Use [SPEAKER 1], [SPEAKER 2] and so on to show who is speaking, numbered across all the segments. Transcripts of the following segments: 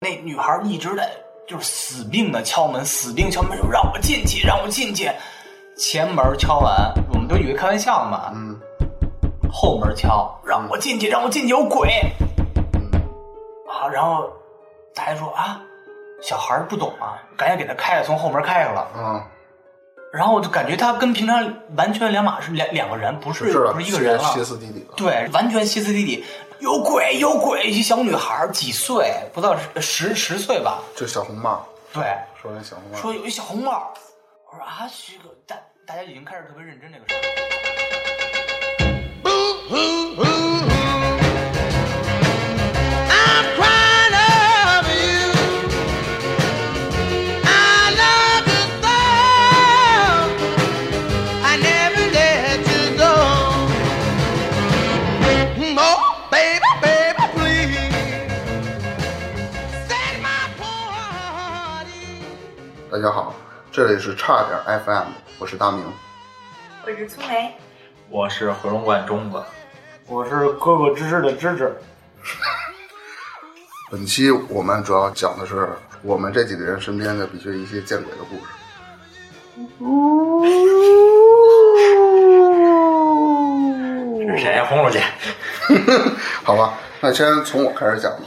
[SPEAKER 1] 那女孩一直在就是死命的敲门，死命敲门，说让我进去，让我进去。前门敲完，我们都以为开玩笑嘛，
[SPEAKER 2] 嗯
[SPEAKER 1] 后门敲，让我进去，让我进去，有鬼
[SPEAKER 2] 嗯
[SPEAKER 1] 啊！然后大家说啊，小孩儿不懂啊，赶紧给他开了，从后门开开了。
[SPEAKER 2] 啊，
[SPEAKER 1] 然后我就感觉他跟平常完全两码事，两两个人，不是
[SPEAKER 2] 是的，啊
[SPEAKER 1] 不是一个人了，
[SPEAKER 2] 歇斯底里了。
[SPEAKER 1] 对，完全歇斯底里，有鬼有鬼！一小女孩儿几岁，不到十十十岁吧？
[SPEAKER 2] 就小红帽，
[SPEAKER 1] 对，
[SPEAKER 2] 说那小红帽，
[SPEAKER 1] 说有一小红帽儿，我说啊，这个大大家已经开始特别认真这个事儿。
[SPEAKER 3] Boo hoo hoo hoo. I'm crying over you. I love you so. I never let you go. Oh, baby, baby, please set my party.
[SPEAKER 2] 大家好，这里是差点 FM，我是大明。
[SPEAKER 4] 我是粗梅，
[SPEAKER 5] 我是回龙观中
[SPEAKER 2] 哦
[SPEAKER 5] 子，
[SPEAKER 6] 我是哥哥芝芝的芝芝，
[SPEAKER 2] 本期我们主要讲的是我们这几个人身边的比较一些见鬼的故事。
[SPEAKER 5] 是谁？轰出去！
[SPEAKER 2] 好吧，那先从我开始讲吧。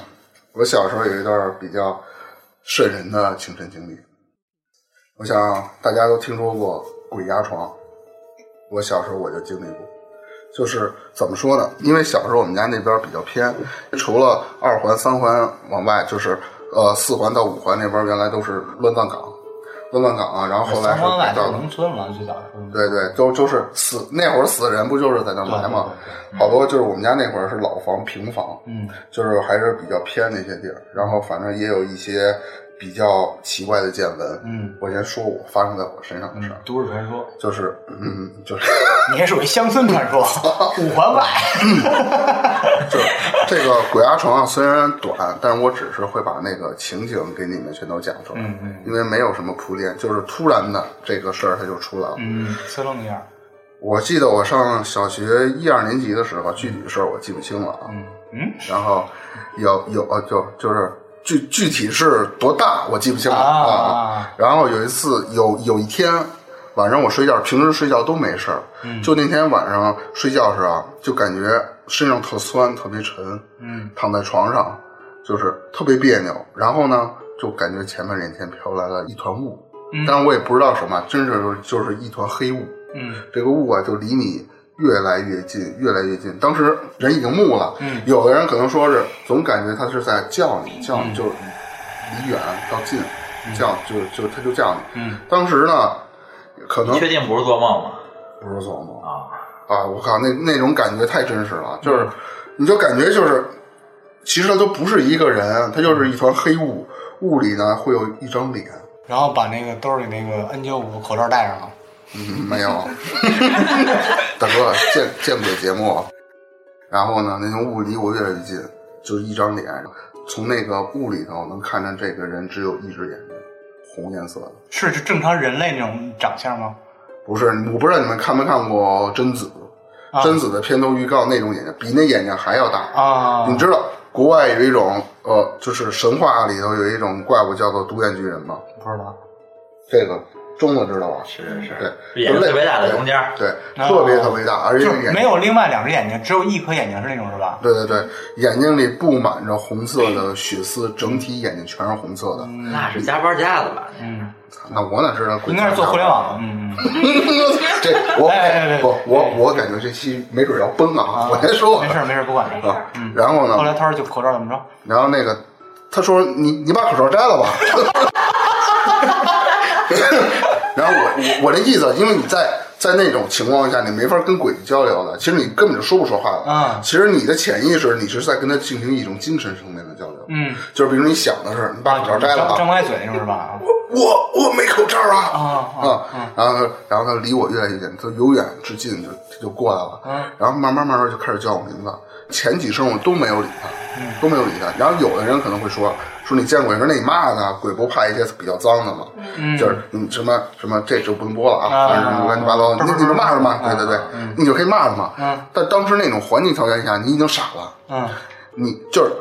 [SPEAKER 2] 我小时候有一段比较瘆人的亲身经历，我想大家都听说过鬼压床，我小时候我就经历过。就是怎么说呢？因为小时候我们家那边比较偏，除了二环、三环往外，就是呃四环到五环那边原来都是乱葬岗，乱葬岗啊。然后后来
[SPEAKER 1] 三
[SPEAKER 2] 是
[SPEAKER 1] 环外
[SPEAKER 2] 改
[SPEAKER 1] 就
[SPEAKER 2] 造
[SPEAKER 1] 是
[SPEAKER 2] 的。
[SPEAKER 1] 农村嘛，最早说的。
[SPEAKER 2] 对对，都就是死那会儿死的人不就是在那埋吗？好多就是我们家那会儿是老房平房，
[SPEAKER 1] 嗯，
[SPEAKER 2] 就是还是比较偏那些地儿。然后反正也有一些比较奇怪的见闻。
[SPEAKER 1] 嗯，
[SPEAKER 2] 我先说我发生在我身上的事儿，
[SPEAKER 1] 都市传说，
[SPEAKER 2] 就是嗯，就是
[SPEAKER 1] 你还属于乡村传说，五环外。
[SPEAKER 2] 就是这个鬼压床啊，虽然短，但是我只是会把那个情景给你们全都讲出来，
[SPEAKER 1] 嗯嗯
[SPEAKER 2] 因为没有什么铺垫，就是突然的这个事儿它就出来了。
[SPEAKER 1] 嗯， 呲楞一下。
[SPEAKER 2] 我记得我上小学一二年级的时候，具体事儿我记不清了啊。
[SPEAKER 1] 嗯嗯
[SPEAKER 2] 然后有有呃，就就是具具体是多大我记不清了
[SPEAKER 1] 啊
[SPEAKER 2] 然后有一次有有一天晚上我睡觉，平时睡觉都没事儿，
[SPEAKER 1] 嗯
[SPEAKER 2] 就那天晚上睡觉时啊，就感觉身上特酸特别沉，
[SPEAKER 1] 嗯
[SPEAKER 2] 躺在床上就是特别别扭。然后呢，就感觉前面脸前飘来了一团雾，
[SPEAKER 1] 嗯
[SPEAKER 2] 但是我也不知道什么，真是就是一团黑雾。
[SPEAKER 1] 嗯
[SPEAKER 2] 这个雾啊就离你越来越近，越来越近。当时人已经木了，
[SPEAKER 1] 嗯
[SPEAKER 2] 有的人可能说是总感觉他是在叫你，叫
[SPEAKER 1] 嗯
[SPEAKER 2] 你就是离远到近，叫就就他就叫你。
[SPEAKER 1] 嗯，
[SPEAKER 2] 当时呢，可能
[SPEAKER 5] 你确定不是做梦吗？
[SPEAKER 2] 不是做梦
[SPEAKER 5] 啊，
[SPEAKER 2] 啊！我靠，那那种感觉太真实了，就是
[SPEAKER 1] 嗯
[SPEAKER 2] 你就感觉就是，其实他都不是一个人，他
[SPEAKER 1] 嗯
[SPEAKER 2] 就是一团黑雾，雾里呢会有一张脸。
[SPEAKER 6] 然后把那个兜里那个 N 九五口罩戴上了。
[SPEAKER 2] 嗯， 没有，大哥见见鬼节目。然后呢，那层雾离我越来越近，就是一张脸，从那个雾里头能看见这个人只有一只眼睛，红颜色的。
[SPEAKER 1] 是是正常人类那种长相吗？
[SPEAKER 2] 不是，我不知道你们看没看过《贞子》
[SPEAKER 1] 啊
[SPEAKER 2] 贞子》的片头预告那种眼睛，比那眼睛还要大
[SPEAKER 1] 啊
[SPEAKER 2] 你知道国外有一种呃，就是神话里头有一种怪物叫做独眼巨人吗？
[SPEAKER 1] 不知道。
[SPEAKER 2] 这个中子知道吧？
[SPEAKER 5] 是
[SPEAKER 2] 对
[SPEAKER 5] 是是，眼睛特别大在中间儿，
[SPEAKER 2] 对，
[SPEAKER 1] 啊
[SPEAKER 2] 特别特别大，而且
[SPEAKER 1] 就
[SPEAKER 2] 那眼
[SPEAKER 1] 是
[SPEAKER 2] 睛
[SPEAKER 1] 没有另外两只眼睛，只有一颗眼睛是那种是吧？
[SPEAKER 2] 对对对，眼睛里布满着红色
[SPEAKER 1] 哎
[SPEAKER 2] 的血丝，整体眼睛全是红色的。
[SPEAKER 5] 那是加班加的吧？
[SPEAKER 1] 嗯，
[SPEAKER 2] 那我哪知道鬼？
[SPEAKER 1] 应该是做互联。网的。嗯嗯，
[SPEAKER 2] 这我
[SPEAKER 1] 哎哎哎
[SPEAKER 2] 我我我感觉这期没准要崩啊！
[SPEAKER 1] 啊
[SPEAKER 2] 我先说吧
[SPEAKER 1] 没事儿没事儿，不管。
[SPEAKER 2] 啊。然后
[SPEAKER 1] 后来
[SPEAKER 2] 呢？
[SPEAKER 1] 他说就口罩怎么着？
[SPEAKER 2] 然后那个他说你你把口罩摘了吧。 然后我我我这意思，因为你在在那种情况下，你没法跟鬼交流的，其实你根本就说不出话来。
[SPEAKER 1] 啊
[SPEAKER 2] 其实你的潜意识，你是在跟他进行一种精神层面的交流。
[SPEAKER 1] 嗯，
[SPEAKER 2] 就是比如你想的是，你把口罩摘了
[SPEAKER 1] 张
[SPEAKER 2] 啊
[SPEAKER 1] 张，开嘴那种是吧？
[SPEAKER 2] 我我没口罩
[SPEAKER 1] 啊
[SPEAKER 2] 啊
[SPEAKER 1] 啊
[SPEAKER 2] 啊！然后他，然后他离我越来越近，他由远至近就他就过来了
[SPEAKER 1] 嗯，
[SPEAKER 2] 然后慢慢慢慢就开始叫我名字，前几声我都没有理他，
[SPEAKER 1] 嗯
[SPEAKER 2] 都没有理他。然后有的人可能会说说你见鬼，说那你骂他，鬼不怕一些比较脏的吗？
[SPEAKER 1] 嗯，
[SPEAKER 2] 就是你什么什么这就不能播了啊，
[SPEAKER 1] 啊
[SPEAKER 2] 反正乱七八糟，
[SPEAKER 1] 啊
[SPEAKER 2] 你
[SPEAKER 1] 不是
[SPEAKER 2] 你就骂他嘛，
[SPEAKER 1] 不
[SPEAKER 2] 对
[SPEAKER 1] 是
[SPEAKER 2] 对对，你就可以骂他嘛
[SPEAKER 1] 嗯。
[SPEAKER 2] 但当时那种环境条件下，你已经傻了。
[SPEAKER 1] 嗯
[SPEAKER 2] 你就是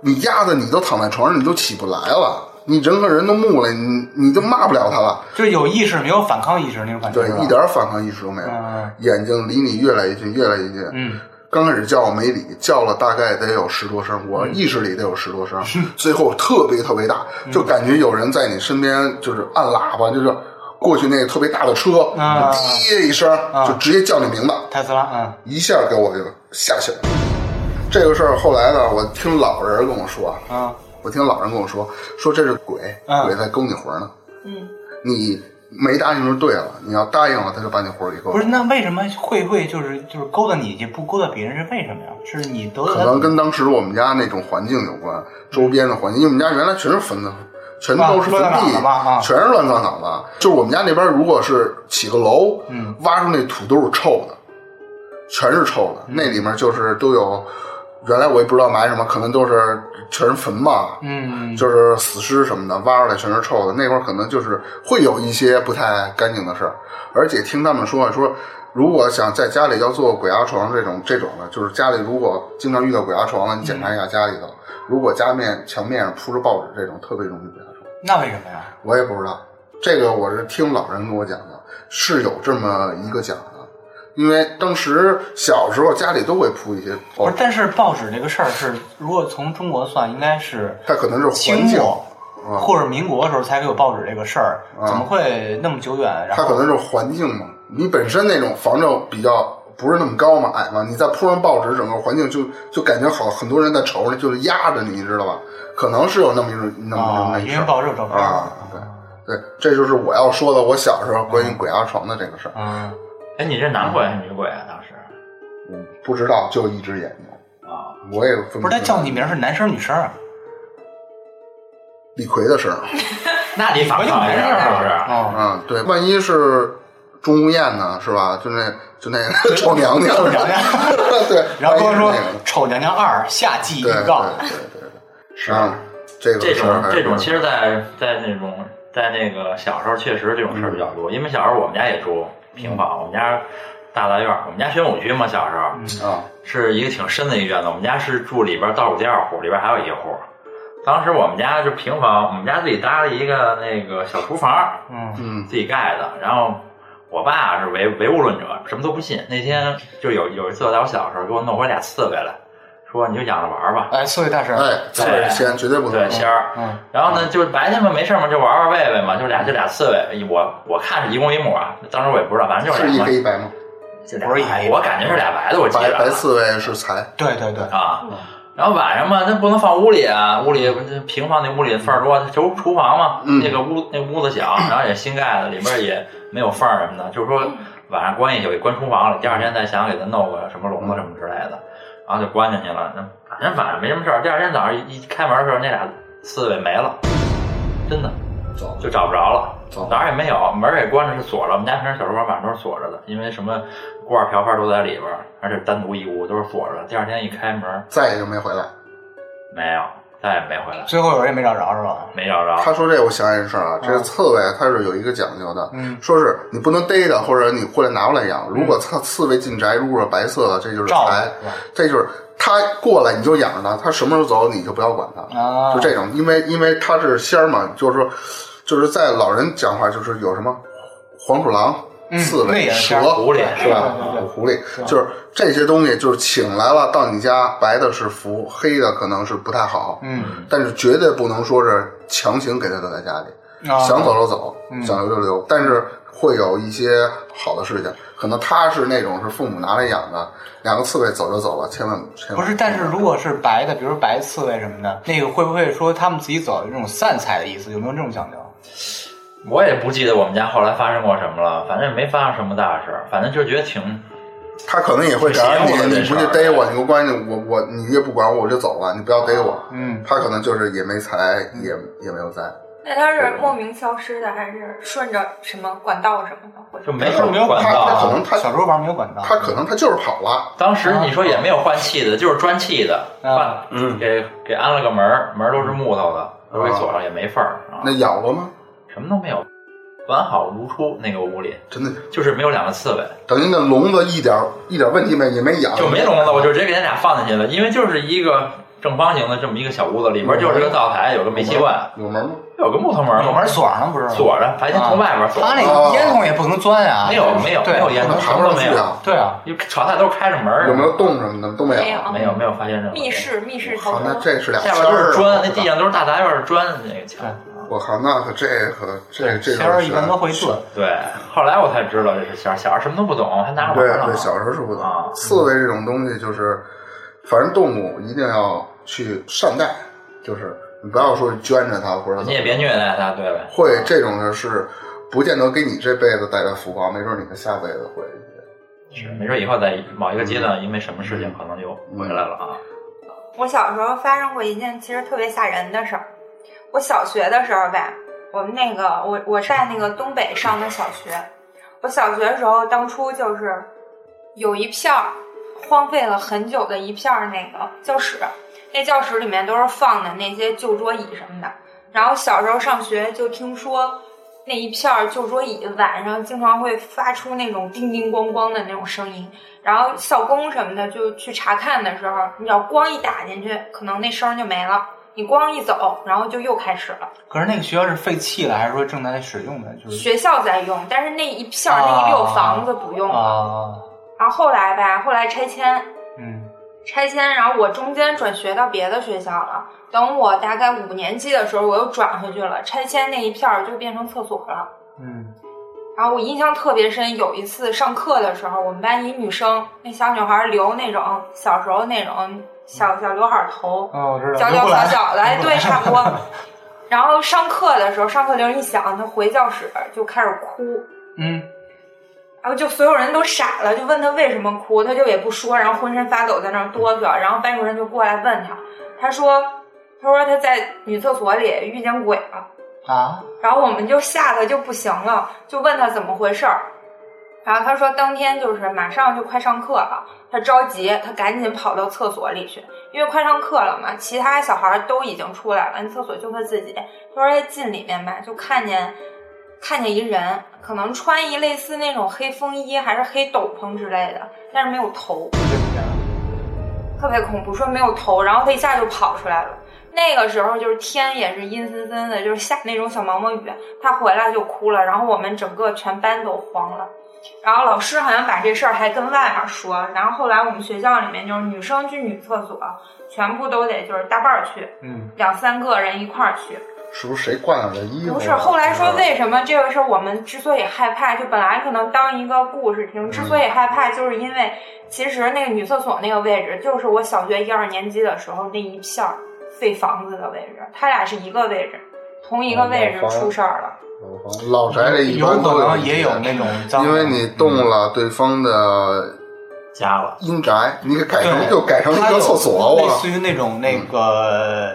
[SPEAKER 2] 你压的你都躺在床上，你都起不来了，你整个人都木了，你你都骂不了他了。
[SPEAKER 6] 就是有意识没有反抗意识那种感觉，
[SPEAKER 2] 对
[SPEAKER 6] 是，吧
[SPEAKER 2] 一点反抗意识都没有，
[SPEAKER 6] 嗯
[SPEAKER 2] 眼睛离你越来越近，越来越近。
[SPEAKER 6] 嗯，
[SPEAKER 2] 刚开始叫我没理，叫了大概得有十多声，我
[SPEAKER 6] 嗯
[SPEAKER 2] 意识里得有十多声，最后特别特别大，就感觉有人在你身边就是按喇叭，就是过去那个特别大的车，
[SPEAKER 6] 啊
[SPEAKER 2] 滴一声就直接叫你名字，
[SPEAKER 6] 泰斯拉，嗯，
[SPEAKER 2] 一下给我就吓醒了。这个事儿后来呢，我听老人跟我说，
[SPEAKER 6] 啊，
[SPEAKER 2] 我听老人跟我说，说这是鬼，
[SPEAKER 6] 嗯
[SPEAKER 2] 鬼在勾你魂呢。
[SPEAKER 4] 嗯，
[SPEAKER 2] 你没答应就对了，你要答应了，他就把你魂儿给勾
[SPEAKER 6] 不。是，那为什么会会就是就是勾搭你就不勾搭别人是为什么呀？是你得
[SPEAKER 2] 可能跟当时我们家那种环境有关，周边的环境，因为我们家原来全是坟的，全都是坟
[SPEAKER 6] 啊乱葬
[SPEAKER 2] 地，
[SPEAKER 6] 岗吧啊
[SPEAKER 2] 全是乱葬岗的。就是我们家那边，如果是起个楼，
[SPEAKER 6] 嗯
[SPEAKER 2] 挖出那土都是臭的，全是臭
[SPEAKER 6] 嗯
[SPEAKER 2] 的，那里面就是都有。原来我也不知道埋什么，可能都是全是坟吧，
[SPEAKER 6] 嗯，
[SPEAKER 2] 就是死尸什么的，挖出来全是臭的。那会儿可能就是会有一些不太干净的事儿，而且听他们说啊说，如果想在家里要做鬼压床这种这种的，就是家里如果经常遇到鬼压床了，你检查一下家里头，如果家面墙面上铺着报纸这种，特别容易鬼压床。
[SPEAKER 6] 那为什么呀？
[SPEAKER 2] 我也不知道，这个我是听老人跟我讲的，是有这么一个讲的。因为当时小时候家里都会铺一些
[SPEAKER 6] 不
[SPEAKER 2] 报纸，
[SPEAKER 6] 是，但是报纸这个事儿是，如果从中国算，应该是
[SPEAKER 2] 它可能是
[SPEAKER 6] 清
[SPEAKER 2] 环境，
[SPEAKER 6] 末
[SPEAKER 2] 啊
[SPEAKER 6] 或者民国的时候才有报纸这个事儿，
[SPEAKER 2] 啊
[SPEAKER 6] 怎么会那么久远？然
[SPEAKER 2] 它可
[SPEAKER 6] 后
[SPEAKER 2] 能就是环境嘛，你本身那种防震比较不是那么高嘛，矮嘛，你再铺上报纸，整个环境就就感觉好，很多人在瞅着，就是压着你，你知道吧？可能是有那么一种那么一
[SPEAKER 6] 啊，
[SPEAKER 2] 种那么一
[SPEAKER 6] 因
[SPEAKER 2] 事
[SPEAKER 6] 为
[SPEAKER 2] 儿
[SPEAKER 6] 报纸有照片
[SPEAKER 2] 啊，对对，这就是我要说的，我小时候关于鬼压床的这个事儿，
[SPEAKER 6] 嗯，
[SPEAKER 5] 哎，你是男鬼还是女鬼啊？当时
[SPEAKER 2] 嗯不知道就一只眼睛，
[SPEAKER 5] 啊，
[SPEAKER 2] 我也分
[SPEAKER 6] 不是他
[SPEAKER 2] 清
[SPEAKER 6] 叫你名儿是男生女生啊？
[SPEAKER 2] 李逵的声儿，
[SPEAKER 5] 那得反抗一下是不是？
[SPEAKER 6] 哦，
[SPEAKER 2] 嗯，对，万一是钟无艳呢，是吧？就那就 那个臭娘娘，
[SPEAKER 6] 瞅娘娘，
[SPEAKER 2] 对，
[SPEAKER 6] 然后跟我
[SPEAKER 2] 万一是
[SPEAKER 6] 说
[SPEAKER 2] 那个
[SPEAKER 6] 《丑娘娘二》夏季
[SPEAKER 2] 对
[SPEAKER 6] 预
[SPEAKER 2] 对
[SPEAKER 6] 告，
[SPEAKER 2] 对对对，是啊，这个
[SPEAKER 5] 这
[SPEAKER 2] 事儿
[SPEAKER 5] 种
[SPEAKER 2] 还是
[SPEAKER 5] 这种，其实在，在那种在那个小时候，确实这种事儿比较
[SPEAKER 2] 嗯
[SPEAKER 5] 多。因为小时候我们家也住平房，我们家大杂院儿，我们家宣武区嘛，小时候
[SPEAKER 2] 啊，
[SPEAKER 5] 是一个挺深的一院子。我们家是住里边倒数第二户，里边还有一户。当时我们家就平房，我们家自己搭了一个那个小厨房，
[SPEAKER 6] 嗯
[SPEAKER 2] 嗯
[SPEAKER 5] 自己盖的。然后我爸是唯唯物论者，什么都不信。那天就有有一次，在我小时候给我弄回俩刺猬来，说你就养着玩儿吧，
[SPEAKER 6] 哎，所以大师，
[SPEAKER 2] 哎，这是先绝对不能
[SPEAKER 5] 对，仙儿。
[SPEAKER 6] 嗯
[SPEAKER 5] 然后呢，就是白天嘛没事儿嘛，就玩玩喂喂嘛，就俩就俩刺猬，我我看是一公一母啊，当时我也不知道，反正就是是
[SPEAKER 2] 一
[SPEAKER 5] 俩嘛
[SPEAKER 2] 黑，一白吗？
[SPEAKER 5] 就俩
[SPEAKER 6] 不是一黑
[SPEAKER 5] 我感觉是俩白的，我记
[SPEAKER 2] 白
[SPEAKER 5] 着啊
[SPEAKER 2] 白刺猬是财，
[SPEAKER 6] 对对对，
[SPEAKER 5] 啊。然后晚上嘛，那不能放屋里啊，屋里那平房那屋里缝儿多，就是厨房嘛，
[SPEAKER 2] 嗯
[SPEAKER 5] 那个屋那屋子小，然后也新盖的，里边也没有缝儿什么的，就是说晚上关一宿给关厨房里，第二天再想给它弄个什么笼子什么之类的，然后就关进去了。那反正晚上没什么事儿，第二天早上一一开门的时候，那俩刺猬没了，真的。
[SPEAKER 2] 走
[SPEAKER 5] 就找不着了
[SPEAKER 2] 走，
[SPEAKER 5] 哪儿也没有，门儿也关着，是锁着。我们家平时小厨房反正都是锁着的，因为什么锅碗瓢盆都在里边儿，而且单独一屋都是锁着的。第二天一开门，
[SPEAKER 2] 再也就没回来。
[SPEAKER 5] 没有，再也没回来，
[SPEAKER 6] 最后有人也没找着是吧？
[SPEAKER 5] 没找着。
[SPEAKER 2] 他说这，我想起一事儿啊，这刺猬它是有一个讲究的，
[SPEAKER 6] 嗯
[SPEAKER 2] 说是你不能逮它，或者你过来拿过来养。如果刺刺猬进宅，如果是白色的，这就是
[SPEAKER 6] 照
[SPEAKER 2] 财
[SPEAKER 6] 着，是吧
[SPEAKER 2] 这就是它过来你就养着它，它什么时候走你就不要管它。
[SPEAKER 6] 啊，
[SPEAKER 2] 就这种，因为因为它是仙儿嘛，就是说，就是在老人讲话，就是有什么黄鼠狼、
[SPEAKER 6] 嗯
[SPEAKER 2] 刺
[SPEAKER 6] 那
[SPEAKER 2] 猬、
[SPEAKER 6] 也是
[SPEAKER 2] 蛇
[SPEAKER 6] 仙儿，
[SPEAKER 5] 狐狸
[SPEAKER 2] 是吧
[SPEAKER 6] 对对对？
[SPEAKER 2] 狐狸就是这些东西，就是请来了到你家，白的是福，黑的可能是不太好，
[SPEAKER 6] 嗯，
[SPEAKER 2] 但是绝对不能说是强行给它留在家里，
[SPEAKER 6] 啊
[SPEAKER 2] 嗯想走就走，想留就留，但是。会有一些好的事情，可能它是那种是父母拿来养的，两个刺猬走就走了，千万千万
[SPEAKER 6] 不是，但是如果是白的，比如白刺猬什么的，那个会不会说他们自己走有那种散财的意思？有没有这种讲究？
[SPEAKER 5] 我也不记得我们家后来发生过什么了，反正也没发生什么大事儿，反正就觉得挺
[SPEAKER 2] 他可能也会找你，
[SPEAKER 5] 邪乎的
[SPEAKER 2] 你
[SPEAKER 5] 这事
[SPEAKER 2] 不
[SPEAKER 5] 儿啊
[SPEAKER 2] 去逮我，你给我关进去，我我你也不管我，我就走了，你不要逮我。
[SPEAKER 6] 嗯，
[SPEAKER 2] 他可能就是也没财，也
[SPEAKER 5] 嗯
[SPEAKER 2] 也没有灾。
[SPEAKER 4] 那他是莫名消失的，还是顺着什么管道什么的？或
[SPEAKER 5] 就
[SPEAKER 4] 者
[SPEAKER 5] 没什么
[SPEAKER 6] 没有
[SPEAKER 5] 管
[SPEAKER 2] 他他可
[SPEAKER 5] 道。啊
[SPEAKER 2] 能他
[SPEAKER 6] 小时候玩没有管道，
[SPEAKER 2] 他可能他就是跑了，
[SPEAKER 5] 当时你说也没有换气的，就是砖砌的，
[SPEAKER 6] 啊
[SPEAKER 5] 换给给安了个门儿，门儿都是木头的，都给锁上，也没缝儿啊
[SPEAKER 2] 那，咬过吗？
[SPEAKER 5] 什么都没有，完好如初那个屋里。
[SPEAKER 2] 真的，
[SPEAKER 5] 就是没有两个刺猬，
[SPEAKER 2] 等于那笼子一点一点问题没也没咬，
[SPEAKER 6] 啊
[SPEAKER 5] 就没笼子，我就直接给那俩放进去了，因为就是一个正方形的这么一个小屋子，里边就是个灶台，有个煤气罐，
[SPEAKER 2] 有门吗？
[SPEAKER 5] 有个木头门
[SPEAKER 6] 有
[SPEAKER 5] 儿
[SPEAKER 6] 门锁上了不是吗？
[SPEAKER 5] 锁着，白天从外边锁
[SPEAKER 6] 嗯
[SPEAKER 5] 着。
[SPEAKER 6] 啊他那
[SPEAKER 2] 哦
[SPEAKER 6] 个烟囱也不能钻啊。
[SPEAKER 5] 没有没有
[SPEAKER 6] 对
[SPEAKER 5] 没有烟
[SPEAKER 2] 不能
[SPEAKER 5] 囱，什
[SPEAKER 2] 爬
[SPEAKER 5] 么
[SPEAKER 2] 不上
[SPEAKER 5] 都没
[SPEAKER 2] 去
[SPEAKER 5] 有，
[SPEAKER 2] 啊？
[SPEAKER 6] 对啊，
[SPEAKER 5] 因为炒菜都是开着门儿的
[SPEAKER 2] 有没有洞什么的都没有？
[SPEAKER 4] 没有
[SPEAKER 5] 没有没有发现任何
[SPEAKER 4] 密室密室逃
[SPEAKER 2] 好，那
[SPEAKER 4] 脱，
[SPEAKER 2] 这是俩
[SPEAKER 5] 下
[SPEAKER 2] 签
[SPEAKER 5] 边都
[SPEAKER 2] 儿
[SPEAKER 5] 是
[SPEAKER 2] 啊
[SPEAKER 5] 砖，那地上都是大杂院儿的砖那个墙。
[SPEAKER 2] 我靠，那可这可这这
[SPEAKER 6] 仙
[SPEAKER 2] 段
[SPEAKER 6] 儿
[SPEAKER 2] 是啊
[SPEAKER 6] 一般都会做。
[SPEAKER 5] 对，后来我才知道这是小小孩什么都不懂，还拿着
[SPEAKER 2] 对啊
[SPEAKER 5] 玩儿呢
[SPEAKER 2] 对，。小时候是不
[SPEAKER 5] 啊
[SPEAKER 2] 懂。刺猬这种东西就是，反正动物一定要去善待，就是你不要说捐着它或者
[SPEAKER 5] 你也别虐待他，对呗？
[SPEAKER 2] 会这种的是，不见得给你这辈子带来福报，没准你的下辈子会。
[SPEAKER 5] 是，没准以后在某一个阶段，因为什么
[SPEAKER 2] 嗯
[SPEAKER 5] 事情可能就回来了啊。
[SPEAKER 4] 我小时候发生过一件其实特别吓人的事儿。我小学的时候吧，我们那个我我在那个东北上的小学，我小学的时候当初就是有一片儿荒废了很久的一片儿那个教室，那教室里面都是放的那些旧桌椅什么的。然后小时候上学就听说那一片儿旧桌椅晚上经常会发出那种叮叮咣咣的那种声音，然后校工什么的就去查看的时候，你要光一打进去，可能那声儿就没了。你光一走，然后就又开始了。
[SPEAKER 6] 可是那个学校是废弃了，还是说正在使用的？
[SPEAKER 1] 嗯
[SPEAKER 6] 就是
[SPEAKER 4] 学校在用，但是那一片儿那一溜房子不用了。
[SPEAKER 6] 啊，
[SPEAKER 4] 然后后来吧，后来拆迁，
[SPEAKER 6] 嗯，
[SPEAKER 4] 拆迁，然后我中间转学到别的学校了。等我大概五年级的时候，我又转回去了。拆迁那一片儿就变成厕所了。
[SPEAKER 6] 嗯，
[SPEAKER 4] 然后我印象特别深，有一次上课的时候，我们班一女生，那小女孩留那种小时候那种小小刘海儿头，
[SPEAKER 6] 哦，我知道，
[SPEAKER 4] 小
[SPEAKER 6] 刘
[SPEAKER 4] 小
[SPEAKER 6] 胡
[SPEAKER 4] 小
[SPEAKER 6] 兰
[SPEAKER 4] 小的，哎，对，差不多。然后上课的时候，上课铃一响，她回教室就开始哭，
[SPEAKER 6] 嗯，
[SPEAKER 4] 然后就所有人都傻了，就问她为什么哭，她就也不说，然后浑身发抖在那儿哆嗦，然后班主任就过来问她，她说，她说她在女厕所里遇见鬼了。
[SPEAKER 6] 啊，
[SPEAKER 4] 然后我们就吓得就不行了，就问他怎么回事儿。然后他说当天就是马上就快上课了，他着急，他赶紧跑到厕所里去，因为快上课了嘛，其他小孩都已经出来了，那厕所就他自己。他说他进里面吧，就看见看见一人，可能穿一类似那种黑风衣还是黑斗篷之类的，但是没有头。特别恐怖，说没有头，然后他一下就跑出来了。那个时候就是天也是阴森森的，就是下那种小毛毛雨。他回来就哭了，然后我们整个全班都慌了。然后老师好像把这事儿还跟外面说，然后后来我们学校里面就是女生去女厕所，全部都得就是搭伴儿去，
[SPEAKER 6] 嗯，
[SPEAKER 4] 两三个人一块儿去。
[SPEAKER 2] 是不是谁惯了这衣服啊？
[SPEAKER 4] 不是，后来说
[SPEAKER 2] 是吧
[SPEAKER 4] 为什么这个事儿我们之所以害怕，就本来可能当一个故事听，之所
[SPEAKER 2] 嗯
[SPEAKER 4] 以害怕，就是因为其实那个女厕所那个位置，就是我小学一二年级的时候那一片儿废房子的位置，它俩是一个位置，同一个位置
[SPEAKER 2] 哦
[SPEAKER 4] 出事儿了。
[SPEAKER 2] 老宅这一
[SPEAKER 6] 有
[SPEAKER 2] 般都
[SPEAKER 6] 可
[SPEAKER 2] 有
[SPEAKER 6] 能也有那种脏的，嗯
[SPEAKER 2] 因为你动了对方的
[SPEAKER 5] 加了，
[SPEAKER 2] 阴宅，你给改成
[SPEAKER 6] 对
[SPEAKER 2] 又改成一
[SPEAKER 6] 它
[SPEAKER 2] 个
[SPEAKER 6] 有
[SPEAKER 2] 厕所，啊嗯
[SPEAKER 6] 类
[SPEAKER 2] 哇
[SPEAKER 6] 似！于那种那个呃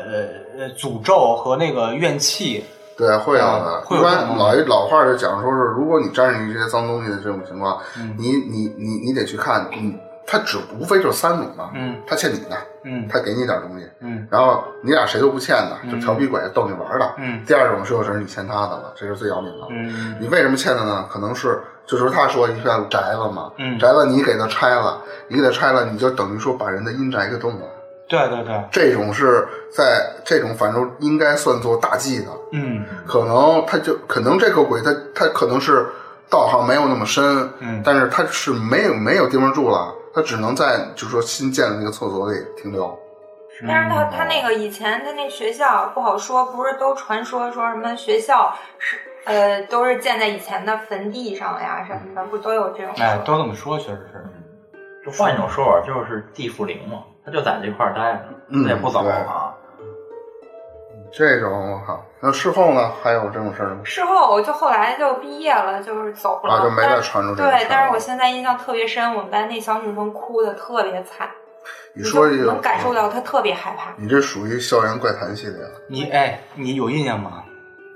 [SPEAKER 6] 呃诅咒和那个怨气，
[SPEAKER 2] 对，会有的。
[SPEAKER 6] 会
[SPEAKER 2] 一
[SPEAKER 6] 有这
[SPEAKER 2] 般
[SPEAKER 6] 种
[SPEAKER 2] 老一老话就讲说是，如果你沾上一些脏东西的这种情况，
[SPEAKER 6] 嗯
[SPEAKER 2] 你你你你得去看，你他只无非就是三种嘛，
[SPEAKER 6] 嗯
[SPEAKER 2] 他欠你的，
[SPEAKER 6] 嗯
[SPEAKER 2] 他给你点东西，
[SPEAKER 6] 嗯
[SPEAKER 2] 然后你俩谁都不欠的，就
[SPEAKER 6] 嗯
[SPEAKER 2] 调皮鬼逗你玩儿的。
[SPEAKER 6] 嗯
[SPEAKER 2] 第二种是有人你欠他的了，这是最要命的。
[SPEAKER 6] 嗯
[SPEAKER 2] 你为什么欠他呢？可能是就是他说一片宅了嘛，
[SPEAKER 6] 嗯
[SPEAKER 2] 宅了你给他拆了，你给他拆了，你就等于说把人的阴宅给动了。
[SPEAKER 6] 对对对，
[SPEAKER 2] 这种是在这种反正应该算作大忌的，
[SPEAKER 6] 嗯
[SPEAKER 2] 可能他就可能这个鬼他他可能是道行没有那么深，
[SPEAKER 6] 嗯
[SPEAKER 2] 但是他是没有没有地方住了，他只能在就是说新建的那个厕所里停留。嗯
[SPEAKER 4] 但是他他那个以前他那学校不好说，不是都传说说什么学校是呃都是建在以前的坟地上呀什么的，不都有这种？
[SPEAKER 6] 哎，都这么说，确实是。
[SPEAKER 5] 就换一种说法，就是地缚灵嘛，他就在这块儿待着，
[SPEAKER 2] 嗯
[SPEAKER 5] 他也不走啊。
[SPEAKER 2] 这种我靠，那事后呢还有这种事儿吗？
[SPEAKER 4] 事后我就后来就毕业了，就是走了，
[SPEAKER 2] 啊，就没
[SPEAKER 4] 但
[SPEAKER 2] 再
[SPEAKER 4] 是
[SPEAKER 2] 传出这种事儿
[SPEAKER 4] 对，但是我
[SPEAKER 2] 了
[SPEAKER 4] 现在印象特别深，我们班那小女生哭的特别惨，
[SPEAKER 2] 你说一个，
[SPEAKER 4] 就
[SPEAKER 2] 嗯
[SPEAKER 4] 能感受到她特别害怕。
[SPEAKER 2] 你这属于校园怪谈系列了。
[SPEAKER 6] 你哎，你有印象吗？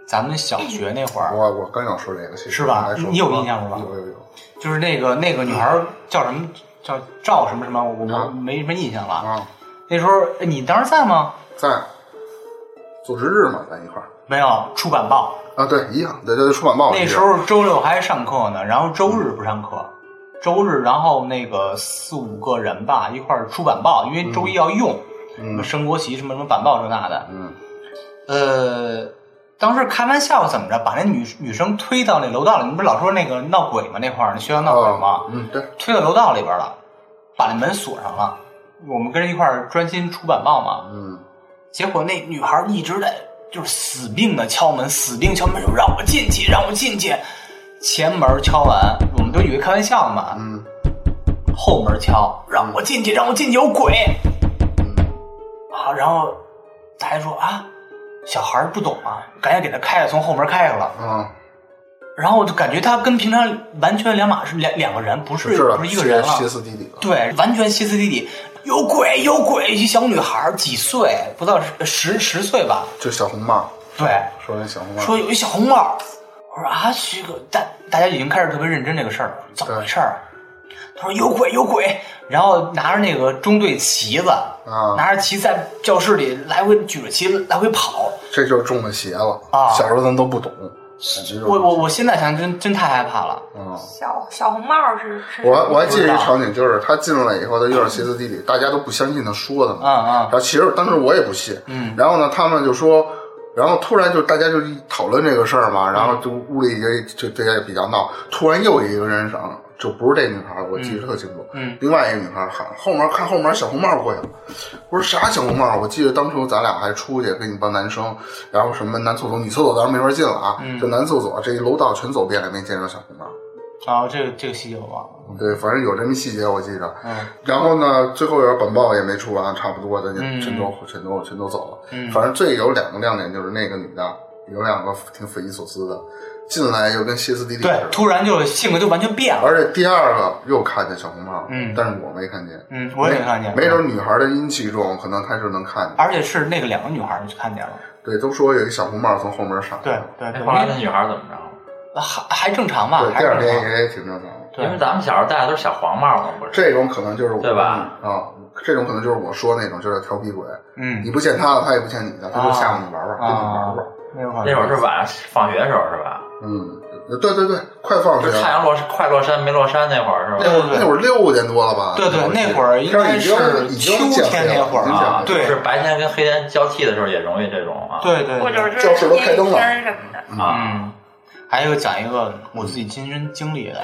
[SPEAKER 6] 咱们小学那会儿，
[SPEAKER 2] 我我刚想说这个，其实
[SPEAKER 6] 是吧
[SPEAKER 2] 还说
[SPEAKER 6] 你有印象是吧
[SPEAKER 2] 有有有
[SPEAKER 6] 就是那个那个女孩儿叫什么？叫赵什么什么？我
[SPEAKER 2] 啊
[SPEAKER 6] 我没没印象了。
[SPEAKER 2] 啊，
[SPEAKER 6] 那时候哎你当时在吗？
[SPEAKER 2] 在做值日嘛，咱一块儿
[SPEAKER 6] 没有，出版报。
[SPEAKER 2] 啊，对，一样，对啊对对，出版报
[SPEAKER 6] 那时候周六还上课呢，然后周日不上课，周日然后那个四五个人吧一块儿出版报，因为周一要用，
[SPEAKER 2] 嗯
[SPEAKER 1] 什么升国旗，什么什么板报这那的。
[SPEAKER 2] 嗯，
[SPEAKER 1] 呃，当时开玩笑怎么着，把那女女生推到那楼道里，你不是老说那个闹鬼吗？那块儿那学校闹鬼吗？
[SPEAKER 2] 哦嗯，对，
[SPEAKER 1] 推到楼道里边了，把那门锁上了。我们跟人一块儿专心出板报嘛，
[SPEAKER 2] 嗯，
[SPEAKER 7] 结果那女孩一直在就是死命的敲门，死命敲门说让我进去，让我进去。
[SPEAKER 1] 前门敲完，我们都以为开玩笑嘛，
[SPEAKER 2] 嗯，
[SPEAKER 1] 后门敲，
[SPEAKER 7] 让我进去，让我进去，有鬼
[SPEAKER 2] 嗯，
[SPEAKER 7] 啊！然后大家说啊，小孩儿不懂啊，赶紧给他开了，从后门开开了。
[SPEAKER 2] 啊，
[SPEAKER 1] 然后我就感觉他跟平常完全两码事，两两个人不是
[SPEAKER 2] 是的，
[SPEAKER 1] 不是一个人了，
[SPEAKER 2] 歇斯底里了，
[SPEAKER 1] 对，完全歇斯底里，有鬼有鬼！一小女孩儿几岁，不到十十十岁吧？
[SPEAKER 2] 就小红帽，
[SPEAKER 1] 对，
[SPEAKER 2] 说那小红帽，
[SPEAKER 1] 说有一小红帽儿，我说啊，这个大大家已经开始特别认真这个事儿了，怎么回事儿？他说有鬼有鬼，然后拿着那个中队旗子，
[SPEAKER 2] 啊
[SPEAKER 1] 拿着旗在教室里来回举着旗来回跑。
[SPEAKER 2] 这就是中了邪了
[SPEAKER 1] 啊
[SPEAKER 2] 小时候咱都不懂，我
[SPEAKER 1] 我我我现在想真真太害怕了，
[SPEAKER 2] 嗯，
[SPEAKER 4] 小小红帽是是
[SPEAKER 2] 我还我还记
[SPEAKER 1] 不知
[SPEAKER 2] 得一
[SPEAKER 1] 道
[SPEAKER 2] 场景，就是他进来以后，他有点歇斯底里，大家都不相信他说的嘛。
[SPEAKER 1] 嗯嗯
[SPEAKER 2] 然后其实当时我也不信。
[SPEAKER 1] 嗯
[SPEAKER 2] 然后呢，他们就说，然后突然就大家就一讨论这个事儿嘛，然后
[SPEAKER 1] 嗯
[SPEAKER 2] 就屋里也就大家也比较闹，突然又有一个人上，就不是这女孩，我记得特清楚。
[SPEAKER 1] 嗯
[SPEAKER 2] 另外一个女孩喊后面看后面小红帽过去了，我说啥小红帽？我记得当初咱俩还出去跟一帮男生，然后什么男厕所、女厕所当然没法进了啊，
[SPEAKER 1] 嗯
[SPEAKER 2] 就男厕所这一楼道全走遍了，没见着小红帽。
[SPEAKER 1] 然后这个这个细节我忘了。
[SPEAKER 2] 对，反正有这么细节，我记着。
[SPEAKER 1] 嗯，
[SPEAKER 2] 然后呢，最后有点本报也没出完，差不多的就
[SPEAKER 1] 嗯
[SPEAKER 2] 全都、全都全都走了。
[SPEAKER 1] 嗯
[SPEAKER 2] 反正最有两个亮点就是那个女的有两个挺匪夷所思的，进来又跟歇斯底里似
[SPEAKER 1] 对
[SPEAKER 2] 的，。
[SPEAKER 1] 突然就性格就完全变了。
[SPEAKER 2] 而且第二个又看见小红帽，
[SPEAKER 1] 嗯
[SPEAKER 2] 但是我没看见，
[SPEAKER 1] 嗯，我也没看见。
[SPEAKER 2] 没准女孩的阴气重，可能她就能看见。
[SPEAKER 1] 而且是那个两个女孩儿就看见了。
[SPEAKER 2] 对，都说有一小红帽从后门闪过
[SPEAKER 1] 对
[SPEAKER 2] 来，
[SPEAKER 1] 对
[SPEAKER 5] 哎
[SPEAKER 1] 对，
[SPEAKER 5] 后来那女孩怎么着？
[SPEAKER 1] 还还正常吧？啊还
[SPEAKER 2] 第二
[SPEAKER 1] 正常。
[SPEAKER 2] 天也挺正常的。
[SPEAKER 1] 对
[SPEAKER 5] 因为咱们小时候戴的都是小黄帽嘛，不是？
[SPEAKER 2] 这种可能就是我
[SPEAKER 5] 对吧？
[SPEAKER 2] 啊，这种可能就是我说那种，就是调皮鬼。你
[SPEAKER 1] 嗯，啊
[SPEAKER 2] 不见他了，他也不见你的，他就吓唬你玩玩，跟你玩玩。
[SPEAKER 1] 那会儿
[SPEAKER 5] 那会儿是晚上放学的时候是吧？
[SPEAKER 2] 嗯，对对对，快放学
[SPEAKER 5] 就是太
[SPEAKER 2] 了。
[SPEAKER 5] 阳落山快落山没落山那会儿是
[SPEAKER 1] 对
[SPEAKER 5] 吧？
[SPEAKER 1] 对对
[SPEAKER 2] 那会儿六点多了吧？
[SPEAKER 1] 对对，那会儿应该是
[SPEAKER 2] 已
[SPEAKER 1] 秋
[SPEAKER 2] 经见
[SPEAKER 1] 天那会儿啊，
[SPEAKER 5] 就
[SPEAKER 1] 对
[SPEAKER 5] 是白天跟黑天交替的时候也容易这种啊。
[SPEAKER 1] 对对，
[SPEAKER 4] 或者是
[SPEAKER 2] 教室都开灯了
[SPEAKER 4] 阴天什么的，
[SPEAKER 5] 啊，
[SPEAKER 1] 嗯，还有讲一个我自己亲身经历的，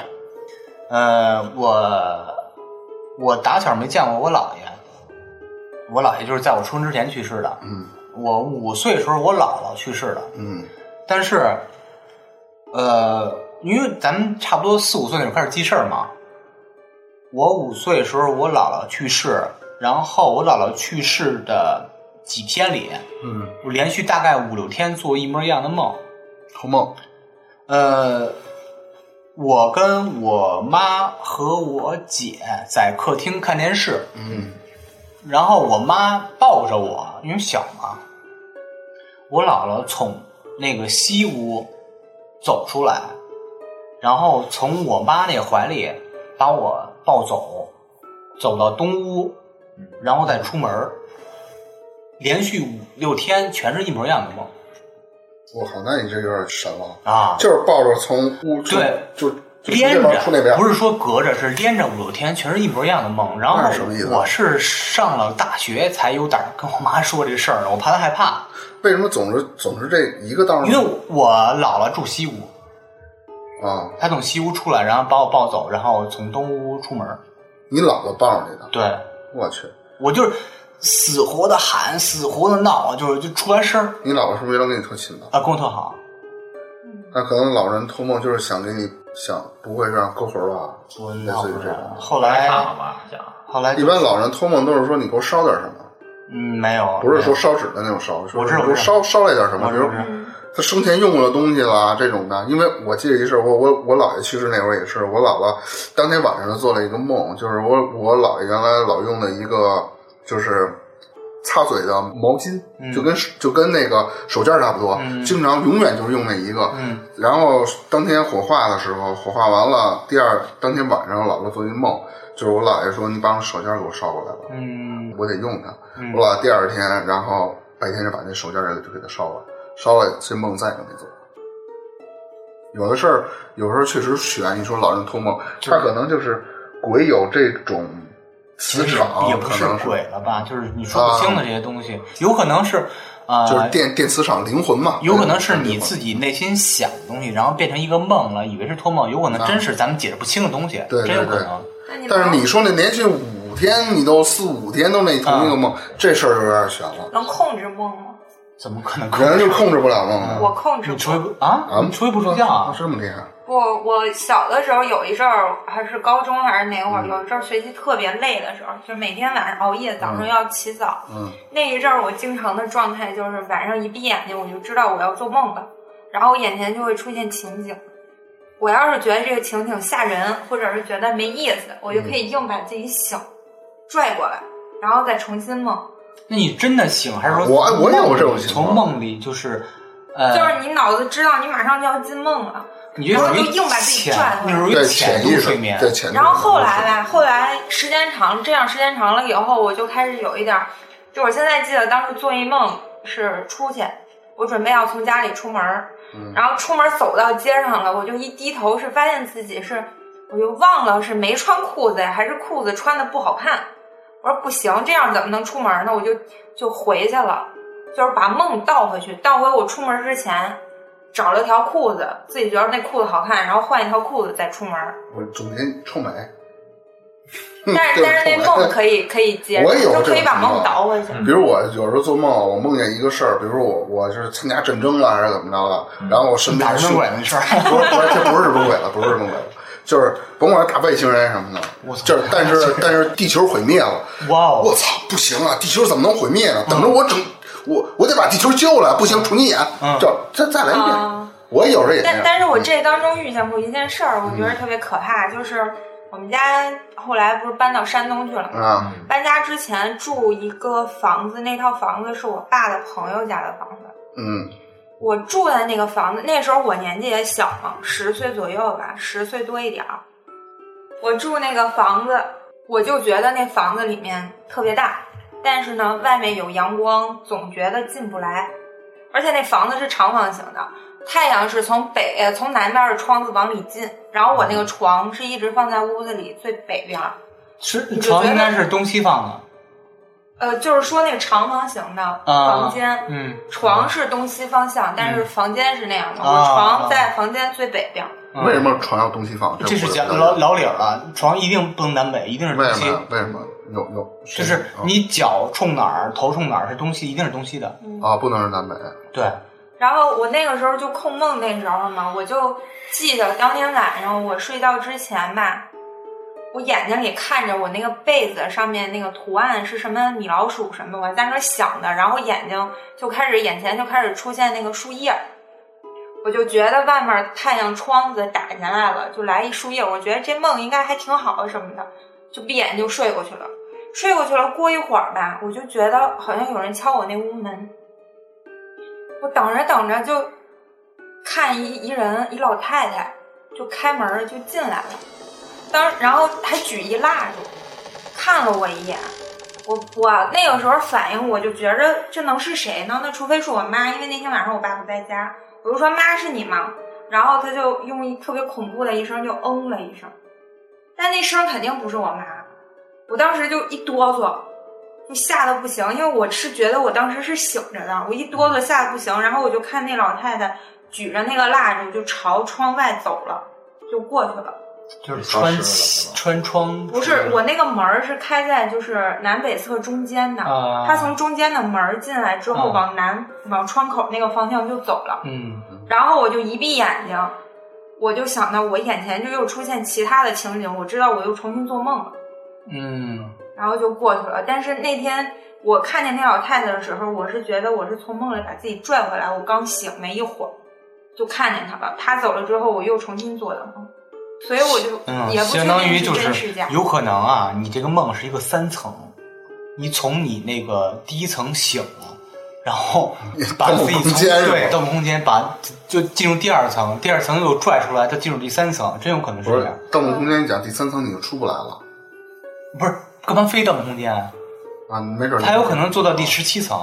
[SPEAKER 1] 呃，我我打小没见过我姥爷，我姥爷就是在我出生之前去世的，
[SPEAKER 2] 嗯
[SPEAKER 1] 我五岁的时候我姥姥去世的，
[SPEAKER 2] 嗯
[SPEAKER 1] 但是，呃，因为咱们差不多四五岁那会儿开始记事儿嘛。我五岁的时候，我姥姥去世，然后我姥姥去世的几天里，
[SPEAKER 2] 嗯，
[SPEAKER 1] 我连续大概五六天做一模一样的梦。
[SPEAKER 2] 好梦，
[SPEAKER 1] 呃，我跟我妈和我姐在客厅看电视，
[SPEAKER 2] 嗯
[SPEAKER 1] 然后我妈抱着我，因为小嘛，我姥姥从那个西屋走出来，然后从我妈那怀里把我抱走，走到东屋，然后再出门儿，连续五六天全是一模一样的梦
[SPEAKER 2] 我靠，那你这有点神了，
[SPEAKER 1] 啊，
[SPEAKER 2] 就是抱着从屋出
[SPEAKER 1] 对
[SPEAKER 2] 就就从
[SPEAKER 1] 连
[SPEAKER 2] 这边出那边
[SPEAKER 1] 着，不是说隔着，是连着五六天全是一模一样的梦。然后
[SPEAKER 2] 那是什么意思啊
[SPEAKER 1] 我是上了大学才有胆儿跟我妈说这事儿的，我怕她害怕。
[SPEAKER 2] 为什么总是总是这一个道
[SPEAKER 1] 因为
[SPEAKER 2] 儿
[SPEAKER 1] 我姥姥住西屋，
[SPEAKER 2] 啊？
[SPEAKER 1] 她从西屋出来，然后把我抱走，然后从东屋出门。
[SPEAKER 2] 你姥姥抱着你的，
[SPEAKER 1] 对，
[SPEAKER 2] 我去，
[SPEAKER 1] 我就是死活的喊，死活的闹，就是就出不来声儿
[SPEAKER 2] 你姥姥是不是原来跟你特亲的？
[SPEAKER 1] 啊，跟我特好，
[SPEAKER 2] 那可能老人托梦就是想给你想，不会让勾魂儿啊吧？
[SPEAKER 1] 我
[SPEAKER 2] 类
[SPEAKER 1] 闹
[SPEAKER 2] 似于
[SPEAKER 1] 不
[SPEAKER 2] 这
[SPEAKER 1] 是
[SPEAKER 2] 种。
[SPEAKER 1] 后
[SPEAKER 5] 来
[SPEAKER 1] 来
[SPEAKER 5] 看看吧，想
[SPEAKER 1] 后来
[SPEAKER 2] 一
[SPEAKER 1] 哎就
[SPEAKER 2] 般老人托梦都是说你给我烧点什么，
[SPEAKER 1] 嗯没有，
[SPEAKER 2] 不是说
[SPEAKER 1] 没有
[SPEAKER 2] 烧纸的那种烧，说
[SPEAKER 1] 我知道
[SPEAKER 2] 给我
[SPEAKER 1] 我知
[SPEAKER 2] 烧
[SPEAKER 1] 道啊
[SPEAKER 2] 烧来点什么，
[SPEAKER 1] 我
[SPEAKER 2] 比
[SPEAKER 1] 知道我
[SPEAKER 2] 如
[SPEAKER 1] 知道
[SPEAKER 4] 嗯
[SPEAKER 2] 他生前用过的东西啦这种的。因为我记得一事，我我我姥爷去世那会儿也是，我姥姥当天晚上就做了一个梦，就是我我姥爷原来老用的一个就是擦嘴的毛巾，
[SPEAKER 1] 嗯
[SPEAKER 2] 就跟就跟那个手绢差不多，
[SPEAKER 1] 嗯
[SPEAKER 2] 经常永远就是用那一个。
[SPEAKER 1] 嗯
[SPEAKER 2] 然后当天火化的时候，火化完了，第二当天晚上，我姥姥做一梦，就是我姥爷说：“你把我手绢给我捎过来吧，
[SPEAKER 1] 嗯
[SPEAKER 2] 我得用它。”
[SPEAKER 1] 嗯
[SPEAKER 2] 我姥姥第二天，然后白天就把那手绢儿就给它烧了，烧了这梦再也没做。有的事儿，有时候确实悬。你说老人托梦，他可能就是鬼有这种磁
[SPEAKER 6] 其实
[SPEAKER 2] 场
[SPEAKER 6] 也不
[SPEAKER 2] 可
[SPEAKER 6] 是
[SPEAKER 2] 能是啊
[SPEAKER 6] 鬼了吧，就是你说不清的这些东西，有可能是啊，
[SPEAKER 2] 就是电电磁场灵魂嘛，
[SPEAKER 6] 有可能是你
[SPEAKER 2] 己。
[SPEAKER 6] 自己内心想的东西，然后变成一个梦了，以为是托梦，有可能真是咱们解释不清的东西，
[SPEAKER 2] 啊对对
[SPEAKER 6] 真有可
[SPEAKER 2] 对
[SPEAKER 6] 能。
[SPEAKER 4] 那你
[SPEAKER 2] 但是
[SPEAKER 4] 能
[SPEAKER 2] 你说那连续五天，你都四五天都那同一个梦，
[SPEAKER 6] 啊
[SPEAKER 2] 这事儿有点悬了。
[SPEAKER 4] 能控制梦吗？
[SPEAKER 6] 怎么可能控制？
[SPEAKER 2] 人是控制不了梦的，
[SPEAKER 4] 我控制
[SPEAKER 6] 你
[SPEAKER 4] 不
[SPEAKER 6] 出去
[SPEAKER 4] 了。
[SPEAKER 6] 不啊？
[SPEAKER 2] 啊，
[SPEAKER 6] 你出去不睡觉啊？
[SPEAKER 2] 是这么厉害？
[SPEAKER 4] 我我小的时候有一阵儿，还是高中还是哪
[SPEAKER 2] 嗯
[SPEAKER 4] 会儿，有一阵儿学习特别累的时候，就每天晚上熬夜，早上要起早。
[SPEAKER 2] 嗯，
[SPEAKER 4] 那一阵儿我经常的状态就是晚上一闭眼睛我就知道我要做梦了，然后我眼前就会出现情景。我要是觉得这个情景吓人，或者是觉得没意思，我就可以硬把自己醒，拽过来，然后再重新梦。
[SPEAKER 6] 那你真的醒还是说
[SPEAKER 2] 我
[SPEAKER 6] 从
[SPEAKER 2] 我也有
[SPEAKER 6] 梦
[SPEAKER 2] 这种
[SPEAKER 6] 里
[SPEAKER 2] 情
[SPEAKER 6] 从
[SPEAKER 2] 况
[SPEAKER 6] 梦里就是，
[SPEAKER 1] 嗯
[SPEAKER 6] 呃，
[SPEAKER 4] 就是你脑子知道你马上就要进梦了，
[SPEAKER 6] 你就属于
[SPEAKER 4] 我就硬把自己
[SPEAKER 6] 浅
[SPEAKER 4] 拽回
[SPEAKER 6] 你
[SPEAKER 4] 来
[SPEAKER 6] 属于
[SPEAKER 2] 对
[SPEAKER 6] 浅
[SPEAKER 2] 潜
[SPEAKER 6] 度
[SPEAKER 2] 意识
[SPEAKER 6] 睡，眠，
[SPEAKER 2] 对潜意识。
[SPEAKER 4] 然后后来吧，后来时间长，这样时间长了以后，我就开始有一点儿，就我现在记得当时做一梦是出去，我准备要从家里出门儿，
[SPEAKER 2] 嗯，
[SPEAKER 4] 然后出门走到街上了，我就一低头是发现自己是，我就忘了是没穿裤子呀，还是裤子穿的不好看。我说不行，这样怎么能出门呢？我就就回去了，就是把梦倒回去，倒回我出门之前。找了条裤子，自己觉得那裤子好看，然后换一条裤子再出门。
[SPEAKER 2] 我总结臭美。
[SPEAKER 4] 但是
[SPEAKER 2] 对
[SPEAKER 4] 但是那
[SPEAKER 2] 臭美
[SPEAKER 4] 梦可以可以接，
[SPEAKER 2] 我也有
[SPEAKER 4] 就
[SPEAKER 2] 这
[SPEAKER 4] 可
[SPEAKER 2] 种
[SPEAKER 4] 以把
[SPEAKER 2] 情
[SPEAKER 4] 梦
[SPEAKER 2] 况
[SPEAKER 4] 倒回去。
[SPEAKER 5] 嗯
[SPEAKER 2] 比如我有时候做梦，我梦见一个事儿，比如说我我是参加战争了还是怎么着
[SPEAKER 4] 嗯
[SPEAKER 2] 的，然后我身边
[SPEAKER 6] 打
[SPEAKER 2] 的
[SPEAKER 6] 什么
[SPEAKER 2] 兄
[SPEAKER 6] 鬼没事儿？
[SPEAKER 2] 不是不是，这不是日本鬼了，不是日本鬼了，就是甭管是打外星人什么的
[SPEAKER 6] 我，操
[SPEAKER 2] 就是但是但是地球毁灭了，
[SPEAKER 6] 哇哦！
[SPEAKER 2] 我操，不行啊！地球怎么能毁灭呢？等着我整，我我得把地球救了，不行，重新演，
[SPEAKER 6] 嗯
[SPEAKER 2] 就再再来一遍
[SPEAKER 4] 啊。
[SPEAKER 2] 我有时候也这
[SPEAKER 4] 但
[SPEAKER 2] 样，
[SPEAKER 4] 但是我这当中遇见过一件事儿，我觉
[SPEAKER 2] 嗯
[SPEAKER 4] 得特别可怕，就是我们家后来不是搬到山东去了吗？
[SPEAKER 2] 啊，
[SPEAKER 4] 搬家之前住一个房子，那套房子是我爸的朋友家的房子。
[SPEAKER 2] 嗯
[SPEAKER 4] 我住在那个房子，那时候我年纪也小嘛，十岁左右吧，十岁多一点儿。我住那个房子，我就觉得那房子里面特别大，但是呢，外面有阳光，总觉得进不来。而且那房子是长方形的，太阳是从北呃从南边的窗子往里进，然后我那个床是一直放在屋子里最北边儿。
[SPEAKER 6] 是
[SPEAKER 4] 你就
[SPEAKER 6] 床
[SPEAKER 4] 觉
[SPEAKER 6] 应该
[SPEAKER 4] 得
[SPEAKER 6] 是东西放的，
[SPEAKER 4] 呃，就是说那个长方形的
[SPEAKER 6] 啊
[SPEAKER 4] 房间，
[SPEAKER 6] 嗯
[SPEAKER 4] 床是东西方向，但是房间是那样的。
[SPEAKER 6] 啊
[SPEAKER 4] 我床在房间最北边，
[SPEAKER 6] 嗯
[SPEAKER 2] 为什么床要东西放？
[SPEAKER 6] 这是
[SPEAKER 2] 我也
[SPEAKER 6] 讲
[SPEAKER 2] 不知道
[SPEAKER 6] 老老理儿了，床一定不能南北，一定是
[SPEAKER 2] 为
[SPEAKER 6] 东
[SPEAKER 2] 什
[SPEAKER 6] 西
[SPEAKER 2] 么。呀？为什么有有？
[SPEAKER 6] 就是
[SPEAKER 2] 啊
[SPEAKER 6] 你脚冲哪儿，头冲哪儿是东西，一定是东西的。
[SPEAKER 2] 啊，不能是南北。
[SPEAKER 6] 对，
[SPEAKER 4] 然后我那个时候就控梦，那时候嘛，我就记得当天晚上我睡觉之前吧，我眼睛里看着我那个被子上面那个图案是什么米老鼠什么，我在那儿想的，然后眼睛就开始眼前就开始出现那个树叶儿，我就觉得外面太阳窗子打进来了，就来一树叶，我觉得这梦应该还挺好什么的，就闭眼就睡过去了。睡过去了，过一会儿吧，我就觉得好像有人敲我那屋门，我等着等着就看一一人一老太太就开门儿就进来了，当然后还举一蜡烛，看了我一眼。我我那个时候反应，我就觉着这能是谁呢？那除非是我妈，因为那天晚上我爸不在家，我就说妈是你吗？然后他就用一特别恐怖的一声就嗯了一声，但那声肯定不是我妈，我当时就一哆嗦，就吓得不行，因为我是觉得我当时是醒着的，我一哆
[SPEAKER 6] 嗯
[SPEAKER 4] 嗦吓得不行，然后我就看那老太太举着那个蜡烛就朝窗外走了，就过去了。
[SPEAKER 6] 就是
[SPEAKER 5] 你消
[SPEAKER 6] 穿
[SPEAKER 5] 失了是吧
[SPEAKER 6] 穿窗
[SPEAKER 4] 不是我那个门儿是开在就是南北侧中间的，
[SPEAKER 6] 啊，
[SPEAKER 4] 他从中间的门儿进来之后，
[SPEAKER 6] 啊
[SPEAKER 4] 往南往窗口那个方向就走了。
[SPEAKER 6] 嗯
[SPEAKER 4] 然后我就一闭眼睛，我就想到我眼前就又出现其他的情景，我知道我又重新做梦了，
[SPEAKER 6] 嗯
[SPEAKER 4] 然后就过去了。但是那天我看见那老太太的时候，我是觉得我是从梦里把自己拽回来，我刚醒没一会儿就看见她了。她走了之后，我又重新做的梦，所以我就
[SPEAKER 6] 嗯，
[SPEAKER 4] 也不确
[SPEAKER 6] 相当于
[SPEAKER 4] 定
[SPEAKER 6] 就
[SPEAKER 4] 真是
[SPEAKER 6] 是
[SPEAKER 4] 假。
[SPEAKER 6] 有可能啊，你这个梦是一个三层，你从你那个第一层醒了。然后把
[SPEAKER 2] 盗梦空
[SPEAKER 6] 自己从
[SPEAKER 2] 间是吧
[SPEAKER 6] 对盗梦空间把就进入第二层，第二层又拽出来，再进入第三层，真有可能是
[SPEAKER 2] 不是
[SPEAKER 6] 这样。
[SPEAKER 2] 《盗梦空间》讲第三层你就出不来了
[SPEAKER 6] 不是，干嘛非盗梦空间啊？
[SPEAKER 2] 啊，你没准
[SPEAKER 6] 他有可能做到第十七层。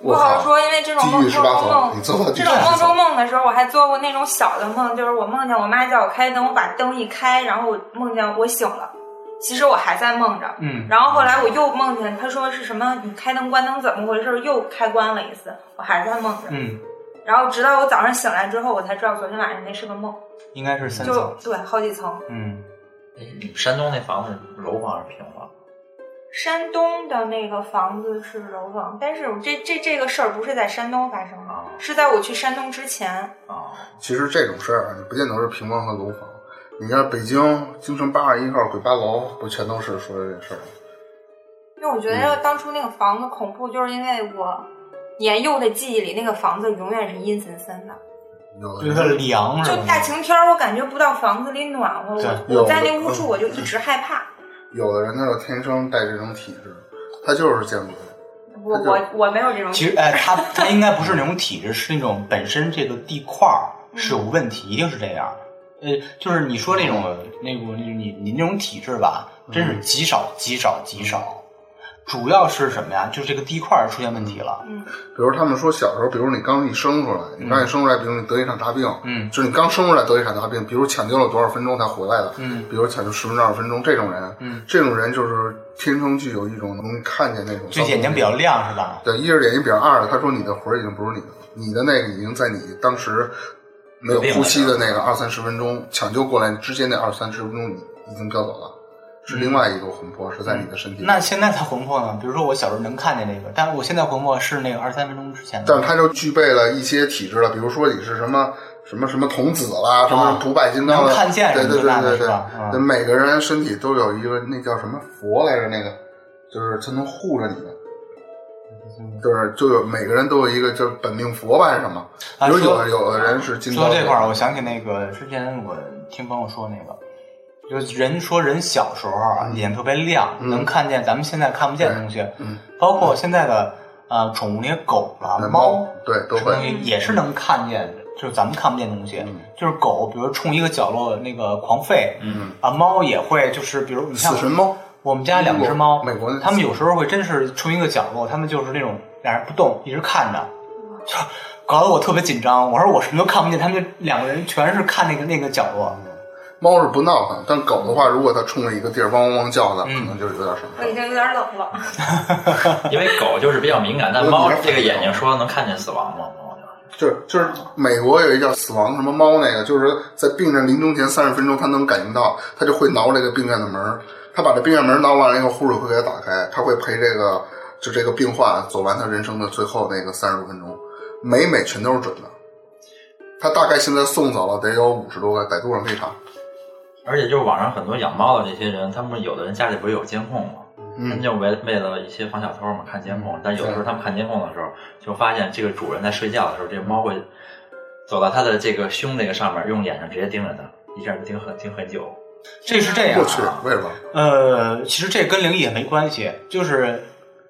[SPEAKER 4] 不
[SPEAKER 2] 我
[SPEAKER 4] 好
[SPEAKER 2] 靠，
[SPEAKER 4] 说，因为这种
[SPEAKER 2] 地
[SPEAKER 4] 梦
[SPEAKER 2] 狱十
[SPEAKER 4] 中
[SPEAKER 2] 八层，
[SPEAKER 4] 梦
[SPEAKER 2] 你。做到第
[SPEAKER 4] 这
[SPEAKER 2] 十七
[SPEAKER 4] 种梦中
[SPEAKER 2] 层，
[SPEAKER 4] 梦的时候，我还做过那种小的梦，就是我梦见我妈叫我开灯，我把灯一开，然后我梦见我醒了，其实我还在梦着。
[SPEAKER 1] 嗯，
[SPEAKER 4] 然后后来我又梦见他说是什么，你开灯关灯怎么回事？又开关了一次，我还在梦着。
[SPEAKER 1] 嗯，
[SPEAKER 4] 然后直到我早上醒来之后，我才知道昨天晚上那是个梦，
[SPEAKER 1] 应该是三
[SPEAKER 4] 就
[SPEAKER 1] 层。
[SPEAKER 4] 对，好几层。
[SPEAKER 1] 嗯，
[SPEAKER 5] 哎你们山东那房子楼房还是平房？
[SPEAKER 4] 山东的那个房子是楼房，但是我这这这个事儿不是在山东发生的，
[SPEAKER 5] 啊
[SPEAKER 4] 是在我去山东之前。
[SPEAKER 5] 啊，
[SPEAKER 2] 其实这种事儿啊，你不见得是平房和楼房。你看北京京城八十一号鬼八楼，不全都是说这事儿吗？
[SPEAKER 4] 因为我觉得
[SPEAKER 1] 嗯
[SPEAKER 4] 当初那个房子恐怖，就是因为我年幼的记忆里那个房子永远是阴森森的，
[SPEAKER 2] 有
[SPEAKER 1] 就
[SPEAKER 2] 的
[SPEAKER 1] 是它
[SPEAKER 2] 人
[SPEAKER 1] 凉是
[SPEAKER 4] 就
[SPEAKER 1] 吧？
[SPEAKER 4] 大晴天儿我感觉不到房子里暖和，
[SPEAKER 1] 对嗯
[SPEAKER 4] 我我
[SPEAKER 2] 有
[SPEAKER 4] 在那
[SPEAKER 2] 的
[SPEAKER 4] 屋住我就一直害怕。
[SPEAKER 2] 有的人他就天生带这种体质，他就是见鬼。
[SPEAKER 4] 我我我没有这种
[SPEAKER 1] 嗯其实，哎，它它应该不是那种体质，是那种本身这个地块儿
[SPEAKER 4] 嗯
[SPEAKER 1] 是有问题，一定是这样。呃，就是你说那种那种你你那种体质吧，真
[SPEAKER 4] 嗯
[SPEAKER 1] 是极少极少极少。主要是什么呀？就是这个地块儿出现问题了。
[SPEAKER 4] 嗯，
[SPEAKER 2] 比如他们说小时候，比如你刚一生出来，你
[SPEAKER 6] 嗯
[SPEAKER 2] 刚一生出来，比如你得一场大病，
[SPEAKER 1] 嗯
[SPEAKER 2] 就是你刚生出来得一场大病，比如抢救了多少分钟才回来的，
[SPEAKER 1] 嗯
[SPEAKER 2] 比如抢救十分钟、二十分钟，这种人，
[SPEAKER 1] 嗯，
[SPEAKER 2] 这种人就是天生具有一种能看见那种，
[SPEAKER 1] 就眼睛比较，亮是吧？
[SPEAKER 2] 对，一是眼睛比较，二是他说你的魂儿已经不是你的了，你的那个已经在你当时没有呼吸的那个二三十分钟抢救过来之间那二三十分钟，你已经飘走了，是另外一个魂魄是在你的身体里，
[SPEAKER 1] 那现在他魂魄呢？比如说我小时候能看见那个，但是我现在魂魄是那个二三分钟之前的。
[SPEAKER 2] 但是它就具备了一些体质了，比如说你是什么什么什么童子啦，什么不败金刚啦，
[SPEAKER 1] 啊能看见
[SPEAKER 2] 对
[SPEAKER 1] 什么
[SPEAKER 2] 对
[SPEAKER 1] 之类
[SPEAKER 2] 对
[SPEAKER 1] 的
[SPEAKER 2] 对
[SPEAKER 1] 是
[SPEAKER 2] 对
[SPEAKER 1] 吧嗯，
[SPEAKER 2] 对每个人身体都有一个那叫什么佛来着，那个就是它能护着你们，
[SPEAKER 1] 嗯
[SPEAKER 2] 就是就有每个人都有一个就是本命佛吧，还是什么？
[SPEAKER 1] 啊
[SPEAKER 2] 比如有
[SPEAKER 1] 说
[SPEAKER 2] 的有的人是金
[SPEAKER 1] 说
[SPEAKER 2] 刚
[SPEAKER 1] 到
[SPEAKER 2] 佛，
[SPEAKER 1] 这块儿，我想起那个之前我听朋友说那个，就是人说人小时候啊，眼特别亮，
[SPEAKER 2] 嗯
[SPEAKER 1] 能看见咱们现在看不见的东西，
[SPEAKER 2] 嗯
[SPEAKER 1] 包括现在的呃宠物那些狗啦、
[SPEAKER 2] 对
[SPEAKER 1] 猫
[SPEAKER 2] 对都
[SPEAKER 1] 什么东
[SPEAKER 2] 会，
[SPEAKER 1] 西也是能看见，就是咱们看不见的东西
[SPEAKER 2] 嗯。
[SPEAKER 1] 就是狗，比如冲一个角落那个狂吠
[SPEAKER 5] 嗯，
[SPEAKER 1] 啊，猫也会，就是比如你看
[SPEAKER 2] 死神猫，
[SPEAKER 1] 我们家两只猫，
[SPEAKER 2] 美国的
[SPEAKER 1] 它们有时候会真是冲一个角落，它们就是那种俩人不动，一直看着，就搞得我特别紧张。我说我什么都看不见，他们就两个人全是看那个那个角落。
[SPEAKER 2] 猫是不闹腾，但狗的话，如果它冲着一个地儿汪汪汪叫的，可
[SPEAKER 1] 嗯
[SPEAKER 2] 能就是有点什么
[SPEAKER 4] 我
[SPEAKER 2] 事儿
[SPEAKER 4] 已。经有点冷了。
[SPEAKER 5] 因为狗就是比较敏感，但猫这个眼睛说能看见死亡吗？猫
[SPEAKER 2] 就
[SPEAKER 5] 就是
[SPEAKER 2] 是就是美国有一叫死亡什么猫那个，就是在病人临终前三十分钟，他能感应到，他就会挠这个病院的门儿他把这病院门挠完了以后，护士会给他打开，他会陪这个就这个病患走完他人生的最后那个三十多分钟，每每全都是准的。他大概现在送走了得有五十多个，在路上非常。
[SPEAKER 5] 而且就是网上很多养猫的这些人，他们有的人家里不是有监控吗？他们
[SPEAKER 2] 嗯，
[SPEAKER 5] 就为为了一些防小偷嘛看监控，但有的时候他们看监控的时候，就发现这个主人在睡觉的时候，这个猫会走到他的这个胸这个上面，用眼睛直接盯着他，一下就盯很盯很久。
[SPEAKER 1] 这是这样
[SPEAKER 2] 我去
[SPEAKER 1] 啊，，
[SPEAKER 2] 为什么
[SPEAKER 1] 呃，其实这跟灵异也没关系，就是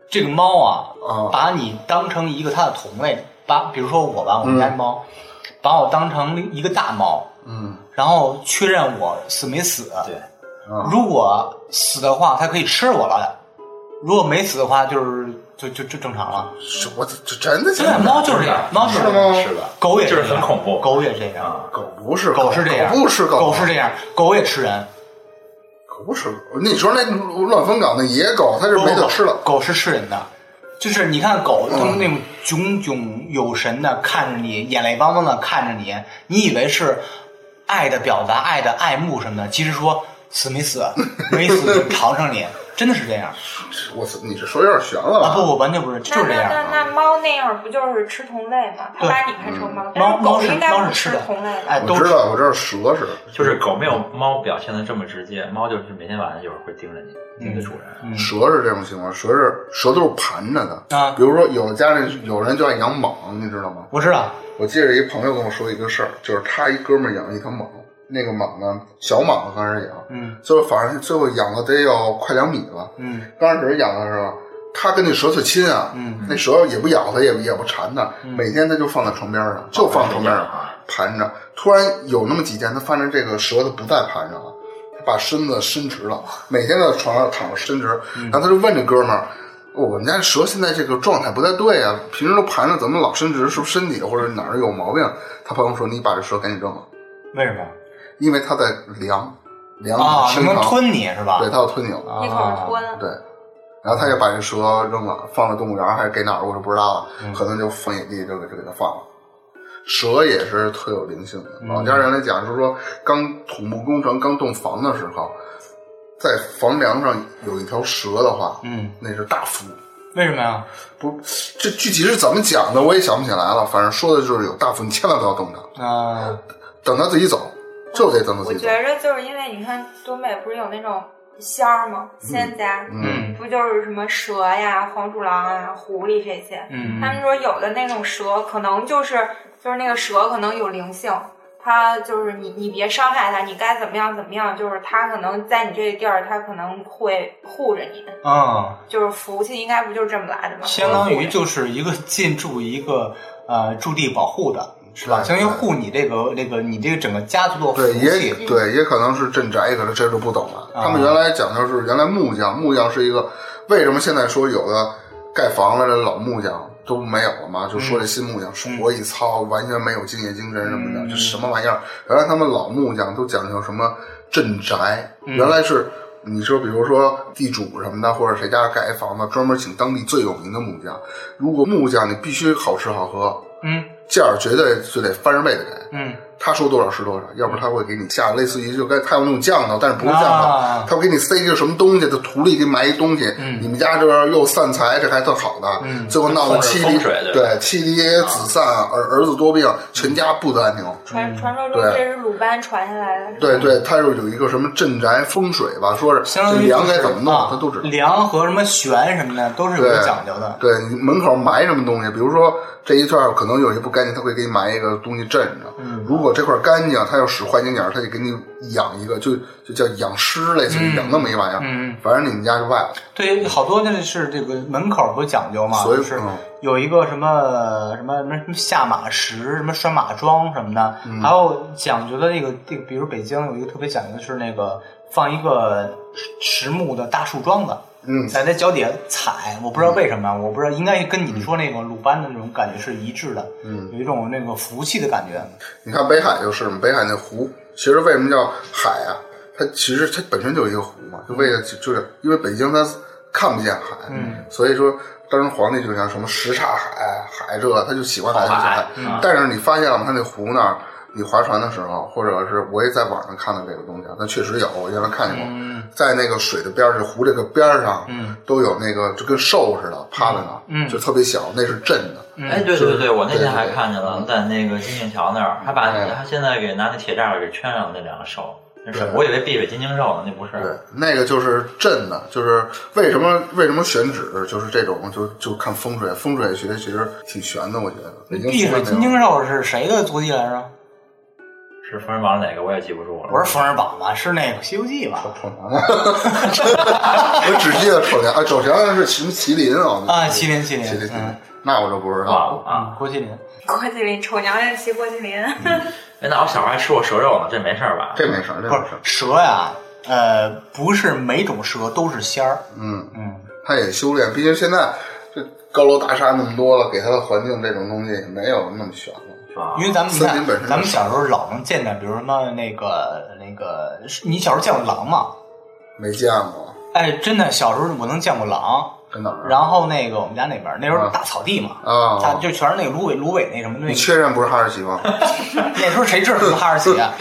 [SPEAKER 1] 这个猫啊，
[SPEAKER 2] 啊？
[SPEAKER 1] 把你当成一个它的同类，把比如说我吧，我们家
[SPEAKER 2] 嗯
[SPEAKER 1] 猫，把我当成一个大猫，
[SPEAKER 2] 嗯
[SPEAKER 1] 然后确认我死没死，
[SPEAKER 5] 对，
[SPEAKER 2] 啊，
[SPEAKER 1] 如果死的话，它可以吃我了；如果没死的话，就是就就就正常了。
[SPEAKER 2] 是我这这真的
[SPEAKER 1] 对
[SPEAKER 2] 假，的？
[SPEAKER 1] 猫就是这样，猫就是这
[SPEAKER 2] 是吗
[SPEAKER 1] 样，
[SPEAKER 5] 是的，
[SPEAKER 1] 狗也
[SPEAKER 5] 就是
[SPEAKER 1] 这样
[SPEAKER 5] 很恐怖
[SPEAKER 1] 狗也这样，
[SPEAKER 5] 啊，
[SPEAKER 2] 狗不是
[SPEAKER 1] 狗是这样，
[SPEAKER 2] 狗不吃狗，
[SPEAKER 1] 狗是这样，狗也吃人，
[SPEAKER 2] 狗不吃狗。你说那乱坟岗那野狗，它是没得吃了。
[SPEAKER 1] 狗是吃人的。就是你看狗，它们那种炯炯有神的看着你，眼泪汪汪的看着你，你以为是爱的表达、爱的爱慕什么的，其实说死没 死，没死就尝尝你，真的是这样
[SPEAKER 2] 我操，你这说有点悬了吧？
[SPEAKER 1] 啊！不，我完全不是，就是这
[SPEAKER 4] 那
[SPEAKER 1] 样。啊
[SPEAKER 4] 那那那猫那样不就是吃同类吗？它
[SPEAKER 1] 对嗯
[SPEAKER 4] 把你看成猫，但
[SPEAKER 1] 猫
[SPEAKER 4] 是狗
[SPEAKER 1] 猫是
[SPEAKER 4] 应该
[SPEAKER 1] 猫
[SPEAKER 4] 不
[SPEAKER 1] 是吃的
[SPEAKER 4] 同类
[SPEAKER 1] 哎，
[SPEAKER 4] 的。
[SPEAKER 1] 都
[SPEAKER 2] 我知
[SPEAKER 1] 是
[SPEAKER 2] 道，我知道蛇是，
[SPEAKER 5] 就是狗没有猫表现的这么直接，猫就是每天晚上有时候会盯着你，你的主人。
[SPEAKER 1] 嗯
[SPEAKER 2] 蛇是这种情况，蛇是蛇都是盘着的。
[SPEAKER 1] 啊
[SPEAKER 2] 比，如说有的家里有人就爱养蟒，你知道吗？
[SPEAKER 1] 我知道，
[SPEAKER 2] 我记着一朋友跟我说一个事儿，就是他一哥们儿养了一条蟒，那个蟒呢小蟒刚开始养，
[SPEAKER 1] 嗯
[SPEAKER 2] 最后反正最后养了得有快两米了。
[SPEAKER 1] 嗯
[SPEAKER 2] 刚开始养的时候，他跟那蛇最亲啊，
[SPEAKER 1] 嗯
[SPEAKER 2] 那蛇也不咬他，也也不缠他，每天他就放在床边上，就放床
[SPEAKER 1] 啊
[SPEAKER 2] 边上盘着。突然有那么几天，他发现这个蛇它不再盘着了，他把身子伸直了，每天在床上躺着伸直。
[SPEAKER 1] 嗯
[SPEAKER 2] 然后他就问这哥们儿。我们家蛇现在这个状态不太对啊，平时都盘着，怎么老伸直？是不是身体或者哪儿有毛病？他朋友说：“你把这蛇赶紧扔了，
[SPEAKER 1] 为什么？
[SPEAKER 2] 因为它在凉，两
[SPEAKER 1] 啊
[SPEAKER 2] 口，
[SPEAKER 1] 什
[SPEAKER 2] 伸
[SPEAKER 1] 么
[SPEAKER 2] 长，
[SPEAKER 1] 吞你是吧？
[SPEAKER 2] 嗯对，它啊有吞咬，
[SPEAKER 4] 一口
[SPEAKER 1] 啊
[SPEAKER 4] 吞，
[SPEAKER 2] 对。然后他就把这蛇扔了，放在动物园还是给哪儿我就不知道了，
[SPEAKER 1] 嗯
[SPEAKER 2] 可能就放野地就给就给它放了。蛇也是特有灵性的，
[SPEAKER 1] 嗯
[SPEAKER 2] 老家人来讲是说，刚土木工程刚动房的时候，在房梁上有一条蛇的话，
[SPEAKER 1] 嗯，
[SPEAKER 2] 那是大福。
[SPEAKER 1] 为什么呀？
[SPEAKER 2] 不，这具体是怎么讲的我也想不起来了，反正说的就是有大福，你千万不要动它，
[SPEAKER 1] 啊，
[SPEAKER 2] 等它自己走，就得等它
[SPEAKER 4] 我
[SPEAKER 2] 自己
[SPEAKER 4] 觉
[SPEAKER 2] 走。嗯
[SPEAKER 4] 着就是因为你看东北不是有那种仙儿吗？仙家、
[SPEAKER 2] 嗯，
[SPEAKER 4] 不就是什么蛇呀、黄鼠狼啊、狐狸这些？
[SPEAKER 1] 嗯
[SPEAKER 4] 他们说有的那种蛇，可能就是就是那个蛇可能有灵性，它就是你你别伤害它，你该怎么样怎么样，就是它可能在你这个地儿，它可能会护着你，
[SPEAKER 1] 嗯，
[SPEAKER 4] 就是福气应该不就是这么来的吗？
[SPEAKER 1] 相当于就是一个进驻一个呃驻地保护的，是吧？
[SPEAKER 2] 对
[SPEAKER 1] 相当于护你这个那个你这个整个家族的
[SPEAKER 2] 对，
[SPEAKER 1] 福
[SPEAKER 2] 也
[SPEAKER 1] 气。
[SPEAKER 2] 对，也可能是镇宅，也可能这就不懂了。他们原来讲究是原来木匠，木匠是一个为什么现在说有的盖房子的老木匠都没有了嘛？就说这新木匠活一操，完全没有敬业精神什么的，这什么玩意儿？原来他们老木匠都讲究什么镇宅，原来是。你说，比如说地主什么的，或者谁家盖一房子，专门请当地最有名的木匠。如果木匠你必须好吃好喝，
[SPEAKER 1] 嗯
[SPEAKER 2] 价儿绝对就得翻着倍的给。
[SPEAKER 1] 嗯
[SPEAKER 2] 他说多少是多少，要不然他会给你下类似于就该他有那种酱头，但是不是酱头，
[SPEAKER 1] 啊嗯
[SPEAKER 2] 他会给你塞一个什么东西，他土里给你埋一东西，你们家这边又散财，这还特好的，最后闹得
[SPEAKER 5] 或者是
[SPEAKER 2] 妻离
[SPEAKER 5] 风水对吧
[SPEAKER 2] 对妻离子散，
[SPEAKER 1] 啊
[SPEAKER 2] 儿儿子多病，全家不得安宁。
[SPEAKER 4] 传传说中
[SPEAKER 2] 对
[SPEAKER 4] 这是鲁班传下来的，
[SPEAKER 2] 对对，他又有一个什么镇宅风水吧，说是
[SPEAKER 1] 相当于
[SPEAKER 2] 这梁
[SPEAKER 1] 就是
[SPEAKER 2] 该怎么弄，
[SPEAKER 1] 啊
[SPEAKER 2] 他都知道。
[SPEAKER 1] 梁和什么悬什么的都是有
[SPEAKER 2] 对
[SPEAKER 1] 讲究的。
[SPEAKER 2] 对，你门口埋什么东西，比如说这一段可能有些不干净，他会给你埋一个东西镇着。
[SPEAKER 1] 嗯
[SPEAKER 2] 如果这块干净，他要使坏心眼儿，他就给你养一个，就就叫养尸，类似于养那么一玩意儿。
[SPEAKER 1] 嗯，
[SPEAKER 2] 反正你们家就坏了。
[SPEAKER 1] 对，好多那是这个门口不讲究嘛，
[SPEAKER 2] 所以
[SPEAKER 1] 就是
[SPEAKER 2] 嗯
[SPEAKER 1] 有一个什么什么什么什么下马石、什么拴马桩什么的，
[SPEAKER 2] 嗯
[SPEAKER 1] 还有讲究的那个这个，比如北京有一个特别讲究的是那个放一个实木的大树桩子，
[SPEAKER 2] 嗯
[SPEAKER 1] 在那脚底下踩，我不知道为什么，我不知道应该跟你说那个鲁班的那种感觉是一致的，嗯，有一种那个福气的感觉，
[SPEAKER 2] 你看北海就是嘛，北海那湖，其实为什么叫海啊？它其实它本身就一个湖嘛，就为了就是因为北京它看不见海，嗯，所以说当时皇帝就想什么什刹海海这个，他就喜欢海就喜欢海
[SPEAKER 5] 好。海嗯
[SPEAKER 2] 但是你发现了吗？它那湖那儿，你划船的时候，或者是我也在网上看到这个东西啊，但确实有，我原来看见过，在那个水的边儿，这湖这个边儿上，嗯，都有那个就跟兽似的趴在那儿，嗯，就特别小，那是镇的，
[SPEAKER 5] 哎，对
[SPEAKER 2] 就
[SPEAKER 5] 对
[SPEAKER 2] 是
[SPEAKER 5] 对，我那
[SPEAKER 2] 对
[SPEAKER 5] 天还
[SPEAKER 2] 对
[SPEAKER 5] 看见
[SPEAKER 1] 嗯
[SPEAKER 5] 了，在那个金线桥那儿，还把
[SPEAKER 2] 哎
[SPEAKER 5] 他现在给拿那铁栅栏给圈上了那两个兽，那是
[SPEAKER 2] 对
[SPEAKER 5] 我以为避水金睛兽呢，那不
[SPEAKER 2] 对
[SPEAKER 5] 是。，
[SPEAKER 2] 那个就是震的，就是为什么为什么选址就是这种，就就看风水，风水学其实挺玄的，我觉得。北京
[SPEAKER 1] 碧水金睛兽是谁的足迹来着？
[SPEAKER 5] 是封神榜哪个我也记不住了。
[SPEAKER 1] 不是《封神榜》吧？是那个《西游记》吧？
[SPEAKER 2] 丑娘，我只记得丑娘啊，丑娘是什么麒麟啊？
[SPEAKER 1] 啊，麒麟，麒麟，
[SPEAKER 2] 麒麟，麒麟
[SPEAKER 1] 嗯，
[SPEAKER 2] 那我就不知道
[SPEAKER 5] 忘
[SPEAKER 2] 了。
[SPEAKER 5] 了啊。
[SPEAKER 1] 嗯，郭麒麟。
[SPEAKER 4] 郭麒麟，丑娘娘骑郭麒麟，
[SPEAKER 5] 哎，那我小时候还吃过蛇肉呢，这没事儿吧？
[SPEAKER 2] 这没事儿，这
[SPEAKER 1] 不
[SPEAKER 2] 没
[SPEAKER 1] 是
[SPEAKER 2] 事儿。
[SPEAKER 1] 蛇呀、呃，不是每种蛇都是仙儿。
[SPEAKER 2] 嗯，
[SPEAKER 1] 嗯，
[SPEAKER 2] 他也修炼，毕竟现在这高楼大厦那么多了，给他的环境这种东西也没有那么玄了。
[SPEAKER 5] 啊
[SPEAKER 1] 因为咱们你
[SPEAKER 2] 森林
[SPEAKER 1] 看
[SPEAKER 2] 本身，
[SPEAKER 1] 咱们小时候老能见着，比如什么那个那个，你小时候见过狼吗？
[SPEAKER 2] 没见过，
[SPEAKER 1] 哎，真的，小时候我能见过狼。
[SPEAKER 2] 真的。
[SPEAKER 1] 然后那个我们家那边儿那时候
[SPEAKER 2] 啊
[SPEAKER 1] 大草地嘛，
[SPEAKER 2] 啊
[SPEAKER 1] 大就全是那个芦苇芦苇那什么那
[SPEAKER 2] 你
[SPEAKER 1] 个
[SPEAKER 2] 确认不是哈士奇吗？
[SPEAKER 1] 那时候谁知道什么哈士奇啊？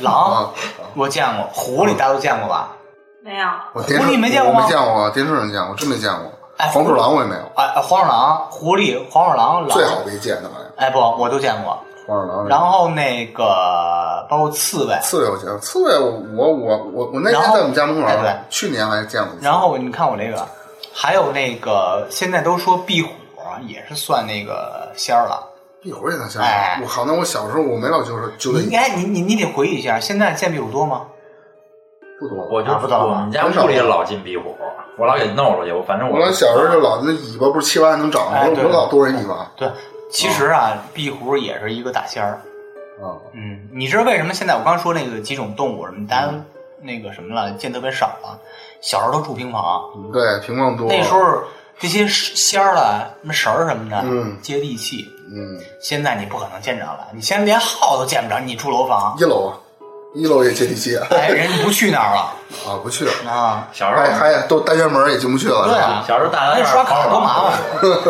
[SPEAKER 1] 狼
[SPEAKER 2] 啊，嗯
[SPEAKER 1] 我见过，狐狸大家都见过吧？
[SPEAKER 4] 没有。
[SPEAKER 2] 我电视
[SPEAKER 1] 狐狸没见过
[SPEAKER 2] 我
[SPEAKER 1] 吗
[SPEAKER 2] 没见过，电视上见过，真没见过。
[SPEAKER 1] 哎
[SPEAKER 2] 黄鼠狼我也没有，
[SPEAKER 1] 哎，哎黄鼠狼、狐狸、黄鼠狼、
[SPEAKER 2] 最
[SPEAKER 1] 狼，
[SPEAKER 2] 好别见的玩意儿。
[SPEAKER 1] 哎不，我都见过。
[SPEAKER 2] 黄鼠狼，
[SPEAKER 1] 然后那个包括刺猬，
[SPEAKER 2] 刺猬我见过，刺猬我我我我我那天
[SPEAKER 1] 然后
[SPEAKER 2] 在我们家门口啊
[SPEAKER 1] 哎对，
[SPEAKER 2] 去年还见过一次。
[SPEAKER 1] 然后你看我这个，还有那个现在都说壁虎啊也是算那个仙儿了。
[SPEAKER 2] 一会儿也能想
[SPEAKER 1] 哎
[SPEAKER 2] 起，我靠，那我小时候我没老揪着揪
[SPEAKER 1] 你
[SPEAKER 2] 着
[SPEAKER 1] 应该你你你得回忆一下，现在见壁虎多吗？
[SPEAKER 2] 不多。
[SPEAKER 5] 我就
[SPEAKER 1] 啊不知道啊
[SPEAKER 5] 我们家屋里老进壁虎，我老给弄出去。我反正
[SPEAKER 2] 我
[SPEAKER 5] 我
[SPEAKER 2] 老小时候就老那尾巴不是七八还能长吗？
[SPEAKER 1] 哎
[SPEAKER 2] 我
[SPEAKER 1] 对
[SPEAKER 2] 我老多人尾巴啊
[SPEAKER 1] 对，其实啊，壁虎也是一个大仙儿。。嗯，你知道为什么现在我刚说那个几种动物什么大家那个什么了，见特别少了？小时候都住平房，
[SPEAKER 2] 对，平房多。
[SPEAKER 1] 嗯那时，候这些仙儿了、什么神儿什么的，
[SPEAKER 2] 嗯
[SPEAKER 1] 接地气。
[SPEAKER 2] 嗯，
[SPEAKER 1] 现在你不可能见着了，你现在连号都见不着，你住楼房。
[SPEAKER 2] 一楼啊，一楼也阶梯机啊，
[SPEAKER 1] 哎，人家不去那儿了
[SPEAKER 2] 啊不去了，
[SPEAKER 1] 啊，
[SPEAKER 5] 小时候
[SPEAKER 2] 还还都单元门也进不去了，
[SPEAKER 1] 对啊，
[SPEAKER 5] 小时候大
[SPEAKER 1] 那
[SPEAKER 5] 家
[SPEAKER 1] 刷卡多麻烦。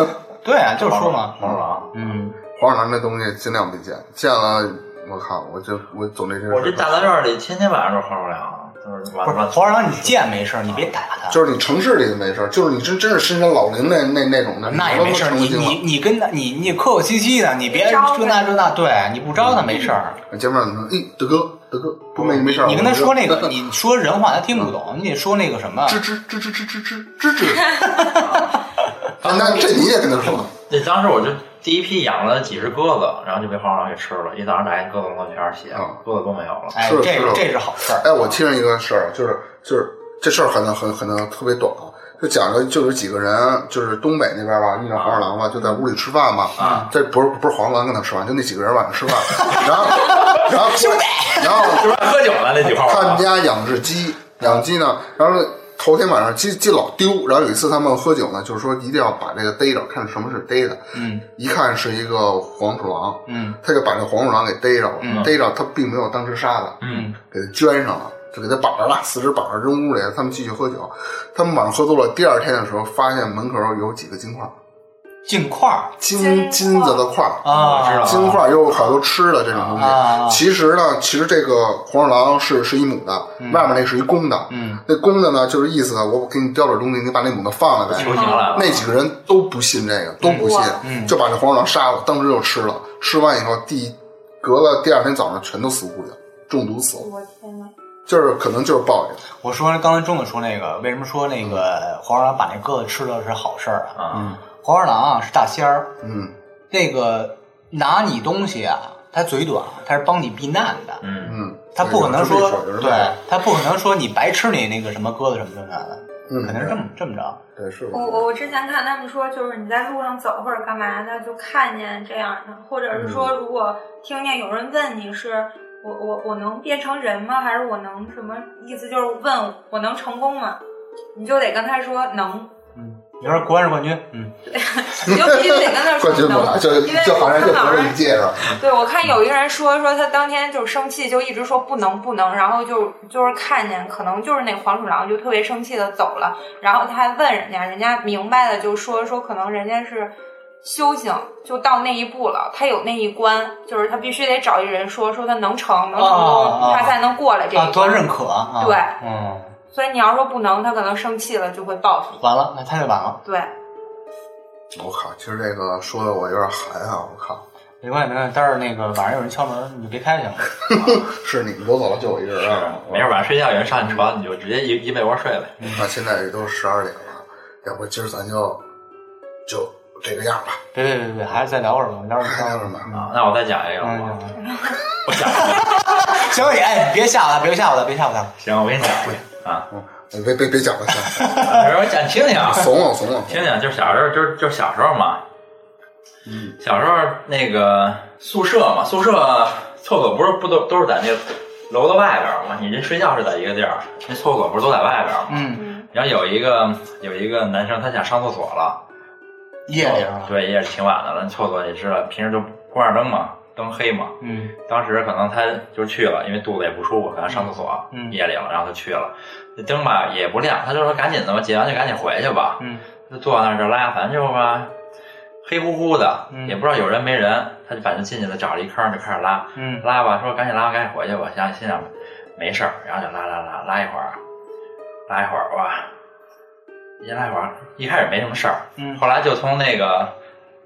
[SPEAKER 1] 对啊，就是说嘛，
[SPEAKER 5] 黄鼠狼，
[SPEAKER 1] 嗯，
[SPEAKER 2] 黄鼠狼这东西尽量别见，见了我靠，我就我总这事
[SPEAKER 5] 我这
[SPEAKER 2] 儿，
[SPEAKER 5] 大杂院里天天晚上啊都黄鼠狼，就是
[SPEAKER 1] 不
[SPEAKER 5] 晚
[SPEAKER 1] 是
[SPEAKER 5] 上
[SPEAKER 1] 黄鼠狼，你见没事儿，你别打它。
[SPEAKER 2] 就是你城市里没事儿，就是你真真是深山老林那那那种的，
[SPEAKER 1] 那也没事儿，你你你跟他你你客客气气的，你别
[SPEAKER 4] 别招他
[SPEAKER 1] 这那这那，对你不招他没事儿。
[SPEAKER 2] 你见面儿你说，哎，德哥德哥，不没没事儿，
[SPEAKER 1] 你跟他
[SPEAKER 2] 我
[SPEAKER 1] 说那
[SPEAKER 2] 这
[SPEAKER 1] 个，你说人话他听不
[SPEAKER 2] 嗯
[SPEAKER 1] 懂，你得说那个什么，
[SPEAKER 2] 吱吱吱吱吱吱吱吱吱，啊那这你也跟他说，
[SPEAKER 5] 那当时我就第一批养了几只鸽子，然后就被黄鼠狼给吃了，一早上打开鸽子笼子全是血
[SPEAKER 2] 啊，
[SPEAKER 5] 鸽子都没有了。
[SPEAKER 1] 哎
[SPEAKER 2] 是，
[SPEAKER 1] 这
[SPEAKER 2] 是
[SPEAKER 1] 个这是好事儿。
[SPEAKER 2] 哎，我听了一个事儿，就是就是这事儿可能很可能特别短啊，就讲的就是几个人，就是东北那边吧，遇上黄鼠狼吧，就在屋里吃饭嘛。
[SPEAKER 5] 啊，
[SPEAKER 2] 这不是不是黄鼠狼跟他吃饭，就那几个人晚上吃饭，然后然后然后
[SPEAKER 5] 就是喝酒了那几号啊
[SPEAKER 2] 他们家养只鸡，养鸡呢，然后头天晚上鸡鸡老丢，然后有一次他们喝酒呢，就是说一定要把这个逮着，看什么是逮的。
[SPEAKER 1] 嗯，
[SPEAKER 2] 一看是一个黄鼠狼，
[SPEAKER 1] 嗯，
[SPEAKER 2] 他就把这黄鼠狼给逮着了，
[SPEAKER 1] 嗯
[SPEAKER 2] 逮着他并没有当时杀的，
[SPEAKER 5] 嗯，
[SPEAKER 2] 给他圈上了，就给他绑着了，四肢绑着扔屋里，他们继续喝酒。他们晚上喝多了，第二天的时候发现门口有几个金块儿，
[SPEAKER 1] 镜块儿
[SPEAKER 2] 金金
[SPEAKER 4] 金
[SPEAKER 2] 子
[SPEAKER 4] 块儿
[SPEAKER 2] 的块儿
[SPEAKER 1] 啊，
[SPEAKER 5] 知道
[SPEAKER 2] 金块儿又有好多吃的这种东西。
[SPEAKER 1] 啊
[SPEAKER 2] 其实呢，其实这个黄鼠狼是是一母的，外面那是一公的。
[SPEAKER 1] 嗯，
[SPEAKER 2] 那公的呢，就是意思我给你叼点东西，你把那母的放了呗。
[SPEAKER 5] 求情了。
[SPEAKER 2] 那几个人都不信这个，都不信，
[SPEAKER 1] 嗯
[SPEAKER 2] 就把这黄鼠狼杀了，当时就吃了。吃完以后，第隔了第二天早上全都死屋里了，中毒死了，
[SPEAKER 4] 我天哪！
[SPEAKER 2] 就是可能就是报应。
[SPEAKER 1] 我说刚才钟子说那个，为什么说那
[SPEAKER 2] 嗯
[SPEAKER 1] 个黄鼠狼把那鸽子吃了是好事儿啊？
[SPEAKER 5] 啊，
[SPEAKER 1] 黄鼠狼啊是大仙儿，
[SPEAKER 2] 嗯
[SPEAKER 1] 那个拿你东西啊，他嘴短，他是帮你避难的，
[SPEAKER 5] 嗯，
[SPEAKER 2] 嗯，
[SPEAKER 1] 他不可能
[SPEAKER 2] 有
[SPEAKER 1] 说
[SPEAKER 2] 人这么
[SPEAKER 1] 对
[SPEAKER 2] 说，
[SPEAKER 1] 他不可能说你白吃你那个什么鸽子什么的的，
[SPEAKER 2] 有人
[SPEAKER 1] 可
[SPEAKER 2] 这么说嗯，
[SPEAKER 1] 能是这么这么着。
[SPEAKER 2] 对是吧
[SPEAKER 4] 我？我我之前看他们说，就是你在路上走或者干嘛的，就看见这样的，或者是说，如果听见有人问你是我我我能变成人吗？还是我能什么意思？就是问我能成功吗？你就得跟他说能，
[SPEAKER 1] 嗯，你说国安是冠军，嗯，
[SPEAKER 4] 你就必须得跟 他说
[SPEAKER 2] 冠军不来，
[SPEAKER 4] 能，
[SPEAKER 2] 就
[SPEAKER 4] 因为
[SPEAKER 2] 就好像就隔
[SPEAKER 4] 我看老
[SPEAKER 2] 了
[SPEAKER 4] 人
[SPEAKER 2] 一届似的。
[SPEAKER 4] 对，我看有一个人说说他当天就生气，就一直说不能不能，然后就就是看见可能就是那黄鼠狼就特别生气的走了，然后他还问人家，人家明白了就说说可能人家是修行就到那一步了，他有那一关，就是他必须得找一人说说他能成能成
[SPEAKER 1] 哦
[SPEAKER 4] 功，
[SPEAKER 1] 哦
[SPEAKER 4] 他才能过来这
[SPEAKER 1] 啊，
[SPEAKER 4] 一
[SPEAKER 1] 都要
[SPEAKER 4] 关。
[SPEAKER 1] 认可啊。
[SPEAKER 4] 对
[SPEAKER 1] 嗯，
[SPEAKER 4] 所以你要说不能，他可能生气了就会报复你。
[SPEAKER 1] 完了，那他就完了，
[SPEAKER 4] 对，
[SPEAKER 2] 我靠，今儿这个说的我有点寒啊！我靠，
[SPEAKER 1] 没关系，没关系。待会儿那个晚上有人敲门，你就别开行了。
[SPEAKER 2] 是你们都走了，就我一人啊！
[SPEAKER 5] 没事，晚上睡觉有人上你床，你就直接一一被窝睡呗。
[SPEAKER 2] 那现在也都十二点了，要不今儿咱就就这个样吧，
[SPEAKER 1] 别别别别，还是再聊会儿吧，聊会儿
[SPEAKER 2] 还
[SPEAKER 1] 聊
[SPEAKER 2] 有
[SPEAKER 1] 会
[SPEAKER 2] 什
[SPEAKER 1] 儿。
[SPEAKER 2] 么？
[SPEAKER 5] 啊，那我再讲一个
[SPEAKER 1] 嗯，
[SPEAKER 5] 吧。
[SPEAKER 1] 嗯
[SPEAKER 5] 我讲一个，
[SPEAKER 1] 行，你哎，别吓唬他，别吓唬他，别吓唬他。
[SPEAKER 5] 行，我给你讲一个啊。
[SPEAKER 2] 嗯别别别讲了，行，
[SPEAKER 5] 没事，我讲听听啊。
[SPEAKER 2] 怂了怂了，
[SPEAKER 5] 听听，就是小时候，就是就是小时候嘛，小时候那个宿舍嘛，宿舍厕所不是不都都是在那楼的外边儿嘛？你这睡觉是在一个地儿，那厕所不是都在外边儿嘛？
[SPEAKER 1] 嗯，
[SPEAKER 4] 嗯，
[SPEAKER 5] 然后有一个有一个男生，他想上厕所了，
[SPEAKER 1] 夜里了。
[SPEAKER 5] 对，也是挺晚的了，厕所也知道，平时就关着灯嘛，灯黑嘛，
[SPEAKER 1] 嗯
[SPEAKER 5] 当时可能他就去了，因为肚子也不舒服，可能上厕所，
[SPEAKER 1] 嗯
[SPEAKER 5] 夜里了，然后他去了，那灯吧也不亮，他就说赶紧的吧，解完就赶紧回去吧，
[SPEAKER 1] 嗯，
[SPEAKER 5] 就坐那儿就拉，反正就吧，黑乎乎的，
[SPEAKER 1] 嗯
[SPEAKER 5] 也不知道有人没人，他就反正进去了，找了一坑就开始拉，
[SPEAKER 1] 嗯
[SPEAKER 5] 拉吧，说赶紧拉吧，赶紧回去吧，想心想没事儿，然后就拉拉拉拉一会儿，啊拉一会儿吧，一拉一会儿，一开始没什么事儿，
[SPEAKER 1] 嗯
[SPEAKER 5] 后来就从那个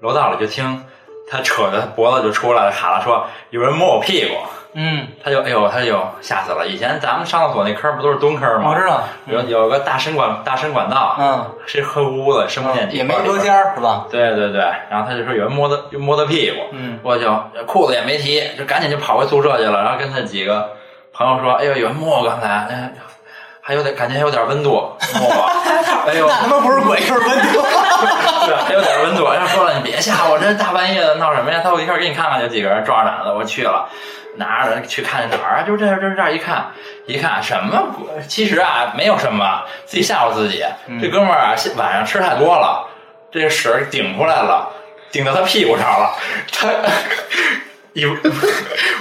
[SPEAKER 5] 楼道里就听他扯着脖子就出来了，喊了说有人摸我屁股，
[SPEAKER 1] 嗯，
[SPEAKER 5] 他就哎呦他就吓死了。以前咱们上厕所那坑不都是蹲坑吗？
[SPEAKER 1] 我知道。
[SPEAKER 5] 有有个大深管大深管道，
[SPEAKER 1] 嗯，
[SPEAKER 5] 是黑乎乎的，深不见底，
[SPEAKER 1] 也没隔间儿是吧？
[SPEAKER 5] 对对对，然后他就说有人摸他摸他屁股，
[SPEAKER 1] 嗯
[SPEAKER 5] 我就裤子也没提，就赶紧就跑回宿舍去了，然后跟他几个朋友说，哎呦有人摸我刚才，哎，还有点感觉还有点温度，摸我，哎呦
[SPEAKER 1] 那，他妈不是鬼就是温 度。
[SPEAKER 5] 对，啊还有点温度。然后说了，你别吓我，这大半夜的闹什么呀？他我一块儿给你看看，有几个人壮着胆子，我去了，拿着去看哪儿啊？就是这样，就是这样。一看，一看什么鬼？其实啊，没有什么，自己吓唬自己。这哥们儿啊，晚上吃太多了，这屎顶出来了，顶到他屁股上了，他。以为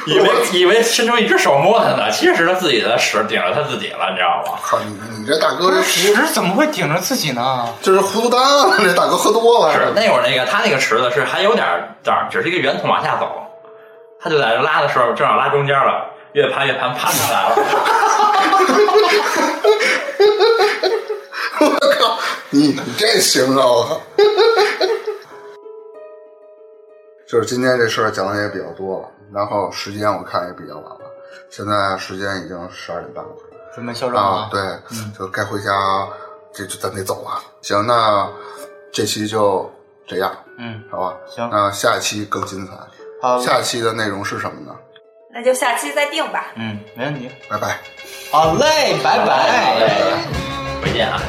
[SPEAKER 5] 以为以为伸出一只手摸他呢，其实是他自己的手顶着他自己了，你知道吗？
[SPEAKER 2] 靠你你这大哥这
[SPEAKER 1] 屎
[SPEAKER 2] 糊
[SPEAKER 1] 怎么会顶着自己呢？
[SPEAKER 2] 这是糊涂蛋啊！这大哥喝多了，
[SPEAKER 5] 是那会儿那个他那个池子是还有点儿这儿，只是一个圆筒往下走，他就在这拉的时候正好拉中间了，越盘越盘盘上来了。
[SPEAKER 2] 我靠，你你这行啊！我靠， 就是今天这事儿讲的也比较多了，然后时间我看也比较晚了，现在时间已经十二点半了。
[SPEAKER 1] 准备休整
[SPEAKER 2] 啊，
[SPEAKER 1] 了。
[SPEAKER 2] 对，
[SPEAKER 1] 嗯
[SPEAKER 2] 就该回家，这就咱得走了。行，那这期就这样，
[SPEAKER 1] 嗯，
[SPEAKER 2] 好吧？
[SPEAKER 1] 行
[SPEAKER 2] 那下一期更精彩。
[SPEAKER 1] 好，
[SPEAKER 2] 下期的内容是什么呢？
[SPEAKER 4] 那就下期再定吧。
[SPEAKER 1] 嗯，没问题。
[SPEAKER 2] 拜拜。
[SPEAKER 1] 哎 好嘞，拜拜
[SPEAKER 5] 回见啊。